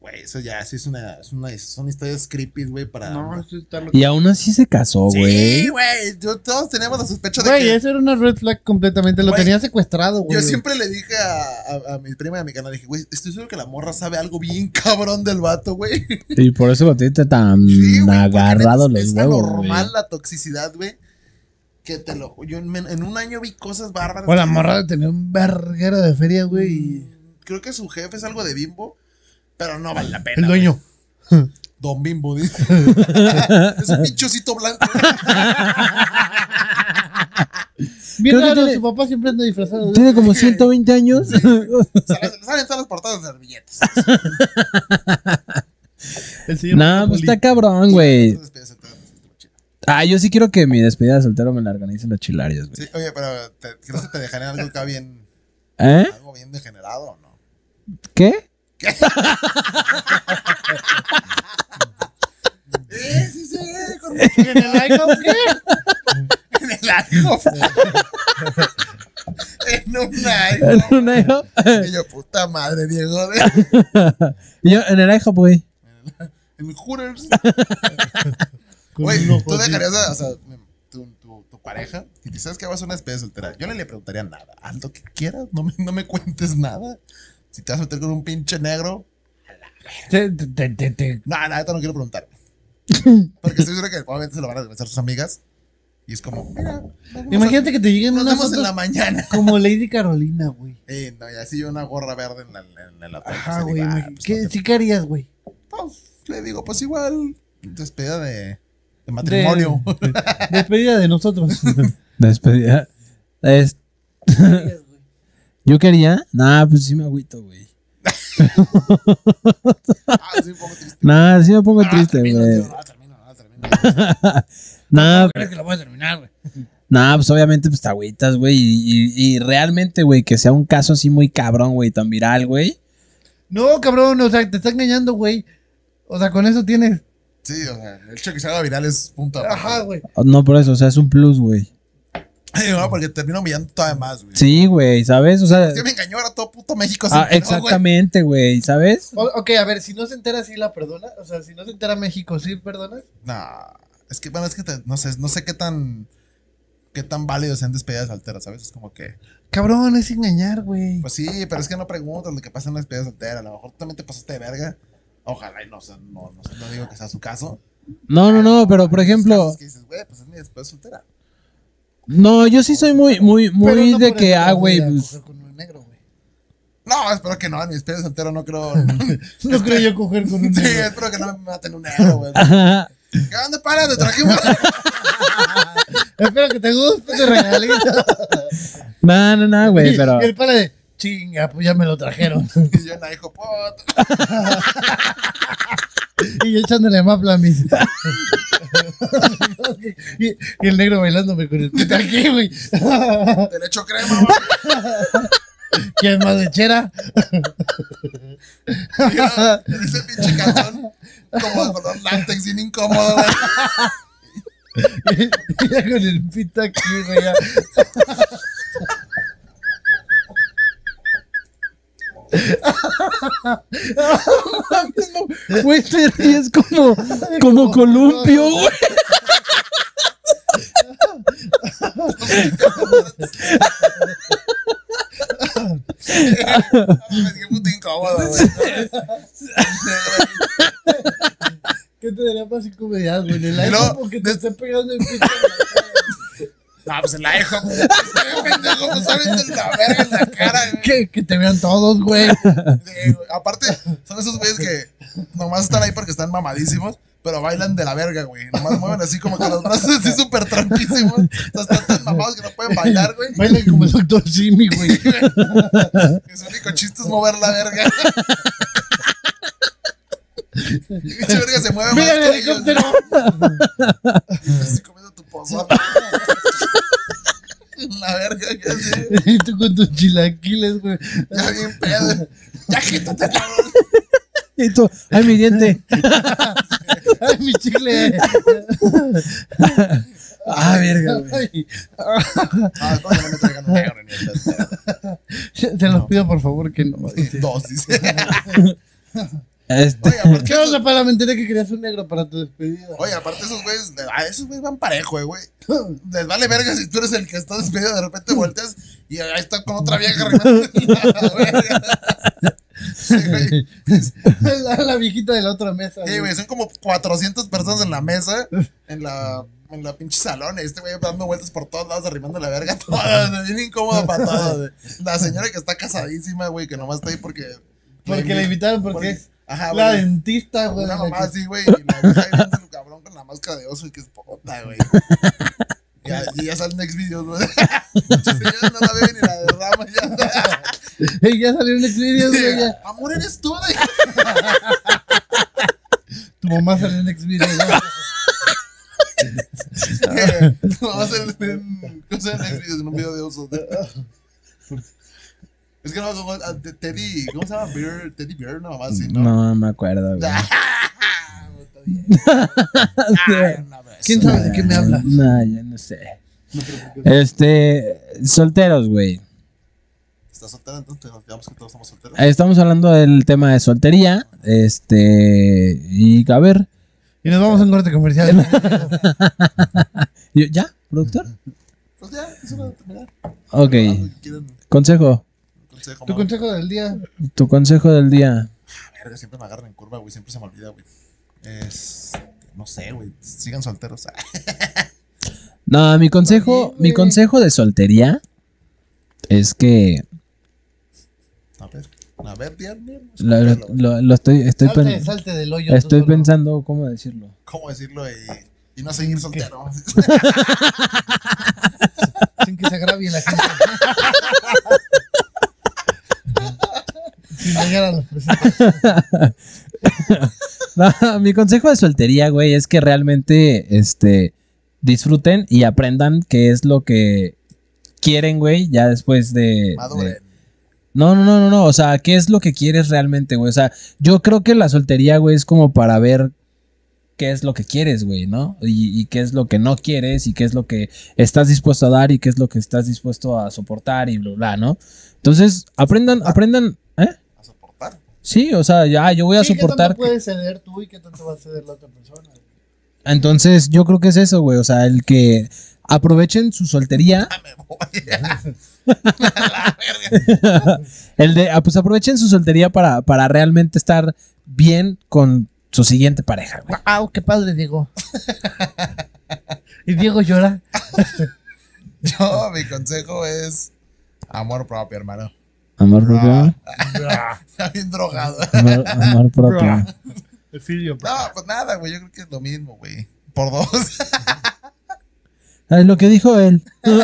Speaker 4: güey, eso ya sí es una, es una- son historias creepy, güey, para...
Speaker 3: No, eso está loco.
Speaker 1: Y aún así se casó, güey.
Speaker 4: sí, güey, yo- todos teníamos la sospecha de
Speaker 3: Güey,
Speaker 4: que...
Speaker 3: eso era una red flag completamente. Lo
Speaker 4: Güey,
Speaker 3: tenía secuestrado, güey.
Speaker 4: Yo siempre le dije a, a- a mi prima y a mi canal, dije, güey, estoy seguro que la morra sabe algo bien cabrón del vato, güey.
Speaker 1: Y por eso lo tiene tan
Speaker 4: Sí, güey, porque
Speaker 1: Mm, agarrado
Speaker 4: neta es-
Speaker 1: los
Speaker 4: es tan
Speaker 1: huevos. güey.
Speaker 4: normal la toxicidad, güey. Que te lo. Yo en, en un año vi cosas bárbaras.
Speaker 3: O la morra tenía un verguero de feria, güey. y-
Speaker 4: Creo que su jefe es algo de bimbo, pero no vale la pena.
Speaker 3: El dueño.
Speaker 4: güey. Don Bimbo, dice. es un pinchocito blanco. pues.
Speaker 3: Bien
Speaker 1: Creo que
Speaker 3: raro,
Speaker 1: tiene-
Speaker 3: su papá siempre anda disfrazado. güey.
Speaker 1: Tiene como 120 años.
Speaker 4: Salen salen todas las portadas de servilletas.
Speaker 3: El señor
Speaker 1: no, pues
Speaker 3: Napoli.
Speaker 1: está cabrón, güey.
Speaker 4: Entonces, pides entradas, entradas, chido.
Speaker 1: Ah, yo sí quiero que mi despedida de soltero me la organicen los chilarios, güey.
Speaker 4: Sí, oye, pero te, ¿crees que te dejaré algo acá bien.
Speaker 1: ¿Eh?
Speaker 4: algo bien degenerado o no?
Speaker 1: ¿Qué?
Speaker 4: Eh, sí, sí, con-
Speaker 3: En el iPhone, ¿qué?
Speaker 4: en el algo. en un algo.
Speaker 1: ¿En un IHOP?
Speaker 4: Y yo, puta madre, Diego.
Speaker 1: Yo, en el pues. IHOP, güey.
Speaker 4: En Hooters.
Speaker 3: Con
Speaker 4: Güey,
Speaker 3: un ojo
Speaker 4: tú
Speaker 3: así.
Speaker 4: dejarías, a- o sea, tu, tu, tu pareja, y te sabes que vas a una especie soltera. Yo no le preguntaría nada. Haz lo que quieras, no me, no me cuentes nada. Si te vas a meter con un pinche negro,
Speaker 3: Te- te- te- te- te-
Speaker 4: no, nada, no quiero preguntar. Porque estoy seguro que obviamente se lo van a regresar sus amigas. Y es como, mira, nos vemos-
Speaker 3: Imagínate que te lleguen
Speaker 4: nos
Speaker 3: unas
Speaker 4: vemos
Speaker 3: fotos
Speaker 4: en la mañana.
Speaker 3: como Lady Carolina, güey.
Speaker 4: Eh, no, y así yo una gorra verde en la. En, en la
Speaker 3: Ajá,
Speaker 4: así
Speaker 3: güey.
Speaker 4: digo, ah,
Speaker 3: imagi-
Speaker 4: pues,
Speaker 3: ¿Qué,
Speaker 4: no te-
Speaker 3: ¿Sí qué harías, güey?
Speaker 4: pues, le digo, pues igual, despedida de, de matrimonio.
Speaker 3: De- despedida de nosotros.
Speaker 1: Despedida. Es- yo quería. Nah, pues sí me agüito, güey.
Speaker 4: ah, sí, un poco triste.
Speaker 1: Nah, sí me pongo
Speaker 4: Ah,
Speaker 1: triste,
Speaker 4: termina,
Speaker 1: güey.
Speaker 4: tío, ah, termina, ah, termina.
Speaker 1: Nah, pues
Speaker 3: Creo que lo voy a terminar, güey.
Speaker 1: Nah, pues obviamente pues te agüitas, güey. Y, y- y realmente, güey, que sea un caso así muy cabrón, güey, tan viral, güey.
Speaker 3: No, cabrón, o sea, te está engañando, güey. O sea, con eso tienes.
Speaker 4: Sí, o sea, el hecho de que se haga viral es punto. aparte.
Speaker 3: Ajá, güey.
Speaker 1: Oh, No por eso, o sea, es un plus, güey.
Speaker 4: Ay, no, porque termina humillando todavía más, güey.
Speaker 1: Sí, güey, ¿sabes? O sea,
Speaker 4: Yo me engañó ahora todo puto México. se
Speaker 1: ah,
Speaker 4: enteró,
Speaker 1: exactamente, güey, ¿sabes?
Speaker 3: O- ok, a ver, si no se entera, sí la perdona. O sea, si no se entera México, sí perdonas.
Speaker 4: güey. No, es que, bueno, es que te- no sé, no sé qué tan, qué tan válidos sean despedidas solteras, ¿sabes? Es como que,
Speaker 3: Cabrón, es engañar, güey.
Speaker 4: pues sí, pero es que no preguntas lo que pasa en una despedida soltera. A lo mejor tú también te pasaste de verga. Ojalá y no, o sea, no, no, sé, no digo que sea su caso.
Speaker 1: No, no, no, pero por
Speaker 4: Hay esos
Speaker 1: ejemplo,
Speaker 4: casos que dices, güey, pues es mi despedida soltera.
Speaker 1: no, yo sí soy muy, muy,
Speaker 3: Pero
Speaker 1: muy
Speaker 3: no
Speaker 1: de
Speaker 3: por
Speaker 1: que,
Speaker 3: eso
Speaker 1: ah,
Speaker 3: vas a
Speaker 1: güey,
Speaker 3: ir a
Speaker 1: pues.
Speaker 3: coger con un negro, güey.
Speaker 4: No, espero que no, en mi despedida soltera no creo.
Speaker 3: No creo yo coger con un
Speaker 4: sí,
Speaker 3: negro.
Speaker 4: espero que no me maten un negro, güey.
Speaker 1: Ajá.
Speaker 4: ¿Qué onda, para? Te trajimos.
Speaker 3: Espero que te guste te regalito.
Speaker 1: No, no, no, güey, pero.
Speaker 3: Y el padre de, chinga, pues ya me lo trajeron.
Speaker 4: Y yo, na, hijo, puta.
Speaker 3: y yo echándole mapla a mis. y, y el negro bailándome con el pito aquí, güey.
Speaker 4: Te le echo crema, güey.
Speaker 3: ¿Quieres más lechera?
Speaker 4: Y yo, en Ese pinche calzón, como de color látex, bien incómodo, güey.
Speaker 3: Y ya con el pito aquí, güey. ya.
Speaker 1: Güey, te ríes como, como columpio, güey.
Speaker 4: Me dije, puto incómodo, güey.
Speaker 3: ¿Qué te daría más incomodidad, güey? En el aire
Speaker 4: luego,
Speaker 3: porque te esté pegando el pito. en
Speaker 4: No, pues el hijo. Este pendejo, pues saben de la verga en la cara,
Speaker 3: la cara.
Speaker 4: güey.
Speaker 3: Que, que te vean todos, güey.
Speaker 4: Sí, güey. Aparte, son esos güeyes que nomás están ahí porque están mamadísimos. Pero bailan de la verga, güey. Nomás mueven así como que los brazos así súper tranquísimos. O sea, están tan mamados que no pueden bailar, güey.
Speaker 3: Bailan como el doctor Simi, güey.
Speaker 4: Que su único chiste es mover la verga. Y pinche verga se mueve
Speaker 3: ¡Mira el
Speaker 4: más. que ellos,
Speaker 3: helicóptero!
Speaker 4: güey. Estoy comiendo tu pozota. la verga, que así.
Speaker 3: Y tú con tus chilaquiles, güey.
Speaker 4: Ya bien pedo. Ya quítate, cabrón.
Speaker 1: Y tú, ay, mi diente.
Speaker 3: ¡Ay, mi chicle!
Speaker 1: Ah, verga, güey.
Speaker 3: Ay,
Speaker 4: Ah, no, no me traigan un negro ni el tercero.
Speaker 3: Te los pido, por favor, que no.
Speaker 4: Dos, dice.
Speaker 1: Este,
Speaker 4: Oiga, ¿por
Speaker 3: ¿Qué
Speaker 4: qué?
Speaker 3: onda para? Me enteré que querías un negro para tu despedida.
Speaker 4: Oye, aparte esos güeyes, a esos güeyes van parejo, eh, güey. Les vale verga si tú eres el que está despedido, de repente volteas y ahí está con otra vieja arreglando. la verga. Sí, güey.
Speaker 3: la, la viejita de la otra mesa.
Speaker 4: Sí, Eh, güey, son como 400 personas en la mesa, en la, en la pinche salón. y Este güey dando vueltas por todos lados, arrimando la verga. Todo, bien incómodo para todos. güey. La señora que está casadísima, güey, que nomás está ahí porque.
Speaker 3: Porque la invitaron porque es
Speaker 4: Ajá,
Speaker 3: la
Speaker 4: güey.
Speaker 3: dentista, güey.
Speaker 4: Una
Speaker 3: la
Speaker 4: mamá
Speaker 3: que-
Speaker 4: así, güey. Y la vieja ahí viendo su cabrón con la máscara de oso y que es puta, güey. Ya, y ya sale next video, güey. Pinche señora no la ve ni la derrama. Ya.
Speaker 3: Ey, ya salió un Xvideos, güey. ya.
Speaker 4: Amor, eres tú, güey.
Speaker 3: Tu mamá salió en Xvideos. güey.
Speaker 4: Eh, Vamos a hacer un, cosa de Netflix, en un video de osos. Es que no, como, ah, te- Teddy, ¿cómo se llama? Bear, Teddy Bear, no, más así, ¿no?
Speaker 1: no, me acuerdo, güey.
Speaker 4: Ah, está bien. Ah, no, pero
Speaker 3: ¿Quién
Speaker 4: eso-
Speaker 3: sabe de qué me habla?
Speaker 1: No, yo no sé. Este, solteros, güey.
Speaker 4: ¿Estás soltera entonces? Digamos que todos somos solteros.
Speaker 1: Estamos hablando del tema de soltería. Este, y a ver.
Speaker 3: Y nos vamos a un corte comercial.
Speaker 1: ¿yo- ¿Ya, productor?
Speaker 4: Pues ya, es hora de terminar.
Speaker 1: Ok,
Speaker 4: Algo que quieran,
Speaker 1: consejo.
Speaker 4: un consejo,
Speaker 3: Tu
Speaker 4: mamá.
Speaker 3: consejo del día.
Speaker 1: Tu consejo del día.
Speaker 4: Verga, siempre me agarran en curva, güey, siempre se me olvida, güey. Es... No sé, güey, sigan solteros. Ah,
Speaker 1: No, mi consejo,
Speaker 3: Oye,
Speaker 1: mi
Speaker 3: güey.
Speaker 1: consejo de soltería es que
Speaker 4: A ver, a ver, Dian, Dian,
Speaker 1: lo, lo- lo- lo estoy, estoy,
Speaker 3: salte,
Speaker 1: pen-
Speaker 3: salte del hoyo. tú
Speaker 1: estoy
Speaker 3: solo.
Speaker 1: pensando cómo decirlo.
Speaker 4: ¿Cómo decirlo y, y no seguir soltero?
Speaker 3: Sin que se agravie la gente. Sin dañar a los presentes.
Speaker 1: No, mi consejo de soltería, güey, es que realmente este, disfruten y aprendan qué es lo que quieren, güey, ya después de...
Speaker 4: Maduren.
Speaker 1: de- No, no, no, no, no, o sea, ¿qué es lo que quieres realmente, güey? O sea, yo creo que la soltería, güey, es como para ver qué es lo que quieres, güey, ¿no? Y, y qué es lo que no quieres y qué es lo que estás dispuesto a dar y qué es lo que estás dispuesto a soportar y bla, bla, ¿no? Entonces, aprendan, aprendan, ¿eh?
Speaker 4: a soportar.
Speaker 1: Sí, o sea, ya, yo voy a
Speaker 3: Sí,
Speaker 1: soportar.
Speaker 3: ¿Qué tanto puedes ceder tú y qué tanto va a ceder la otra persona?
Speaker 1: Entonces, yo creo que es eso, güey. O sea, el que aprovechen su soltería.
Speaker 4: Ah, me voy. La verga.
Speaker 1: El de, ah, pues aprovechen su soltería para, para realmente estar bien con su siguiente pareja, güey.
Speaker 3: ¡Wow! ¡Qué padre, Diego! y Diego llora.
Speaker 4: Yo, mi consejo es amor propio, hermano.
Speaker 1: Amor propio.
Speaker 4: Está bien drogado.
Speaker 1: Amor, amor propio.
Speaker 3: Filio,
Speaker 4: No, pues nada, güey. Yo creo que es lo mismo, güey. Por dos.
Speaker 1: Ay, lo que dijo él.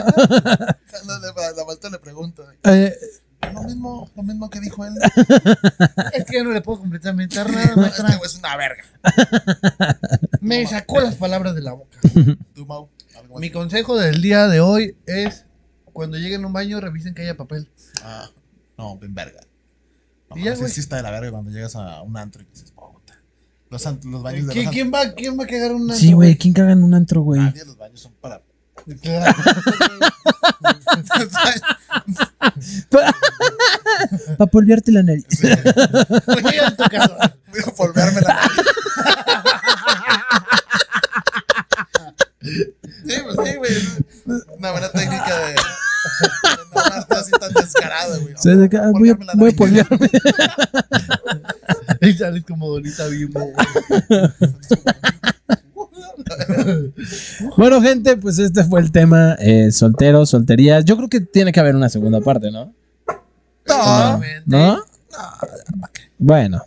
Speaker 4: No, de- a la vuelta le pregunto.
Speaker 1: Eh,
Speaker 4: Lo mismo, lo mismo que dijo él.
Speaker 3: Es que yo no le puedo completamente nada,
Speaker 4: No, este
Speaker 3: maestra.
Speaker 4: güey es una verga.
Speaker 3: Me sacó las palabras de la boca.
Speaker 4: Tú, Mau. Algo más.
Speaker 3: Mi consejo del día de hoy es: cuando lleguen a un baño, revisen que haya papel.
Speaker 4: Ah, no, bien verga. No,
Speaker 3: Y ya,
Speaker 4: mames,
Speaker 3: güey.
Speaker 4: sí está de la verga cuando llegas a un antro y dices, puta. Los, ant- los baños de
Speaker 3: ¿Qui-
Speaker 4: los
Speaker 3: ¿Quién va, ¿Quién va a cagar una?
Speaker 1: sí, güey, ¿quién caga en un antro, güey?
Speaker 4: Nadie, los baños son para.
Speaker 3: Claro.
Speaker 1: Para polviarte la nariz.
Speaker 4: Sí.
Speaker 3: Voy al tocador.
Speaker 4: Voy a volverme la Sí, pues sí, güey. es Una buena técnica de. de No estar así tan descarado, güey.
Speaker 1: Soy de ca- voy, a,
Speaker 4: Volverme la
Speaker 1: voy a
Speaker 4: nariz.
Speaker 1: polviarme.
Speaker 3: Y sales como bonita bimbo.
Speaker 1: Bueno, gente, pues este fue el tema. eh, solteros, solterías. Yo creo que tiene que haber una segunda parte, ¿no? Ah.
Speaker 4: No,
Speaker 1: ¿No? Bueno.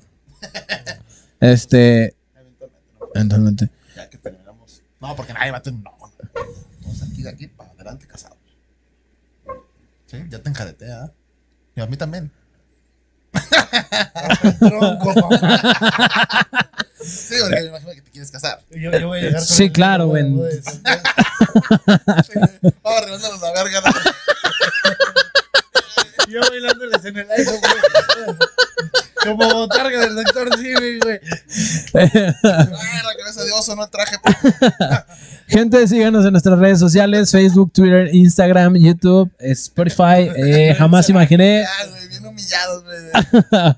Speaker 1: Este.
Speaker 4: eventualmente, no.
Speaker 1: Eventualmente.
Speaker 4: Ya que terminamos. No, porque nadie va a tener. No, no. Vamos aquí de aquí para adelante, casados. Sí, ya te enjaretea. ¿eh? Y a mí también.
Speaker 3: Tronco, papá.
Speaker 4: Sí, porque me imagino que te quieres casar.
Speaker 3: Yo, yo voy a llegar con
Speaker 1: Sí,
Speaker 3: el-
Speaker 1: claro, güey.
Speaker 3: voy a decir,
Speaker 4: Sí, güey. Vamos arreglándonos la verga. ¿no?
Speaker 3: Yo bailándoles en el aire, güey. Como botarga del doctor Simi, güey.
Speaker 4: Ay, la cabeza de oso, no el traje. pues, p-
Speaker 1: Gente, síganos en nuestras redes sociales: Facebook, Twitter, Instagram, YouTube, Spotify. eh, jamás imaginé.
Speaker 4: Ya, güey, bien humillados, güey.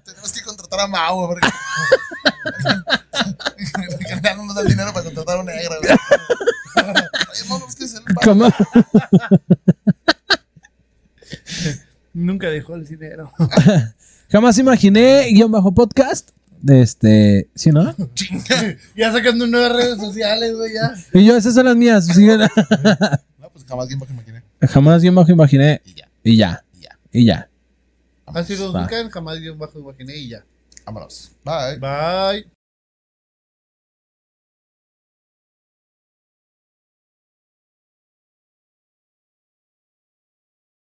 Speaker 4: Tenemos que contratar a Mau, porque. porque no nos da el dinero para contratar a un negro, güey. Oye, Mau, es que es el padre.
Speaker 1: ¿Cómo?
Speaker 3: Nunca dejó el dinero.
Speaker 1: Jamás imaginé guión bajo podcast. Este, ¿sí, no?
Speaker 3: ya sacando nuevas redes sociales, güey, ya.
Speaker 1: Y yo, esas son las mías. sigan.
Speaker 4: No, pues jamás bien bajo imaginé.
Speaker 1: Jamás guión bajo imaginé.
Speaker 4: Y ya.
Speaker 1: Y ya.
Speaker 4: Y ya.
Speaker 1: Y ya.
Speaker 3: Así los
Speaker 1: Ah, Va.
Speaker 3: buscan, jamás guión bajo imaginé y ya.
Speaker 4: Vámonos. Bye.
Speaker 3: Bye.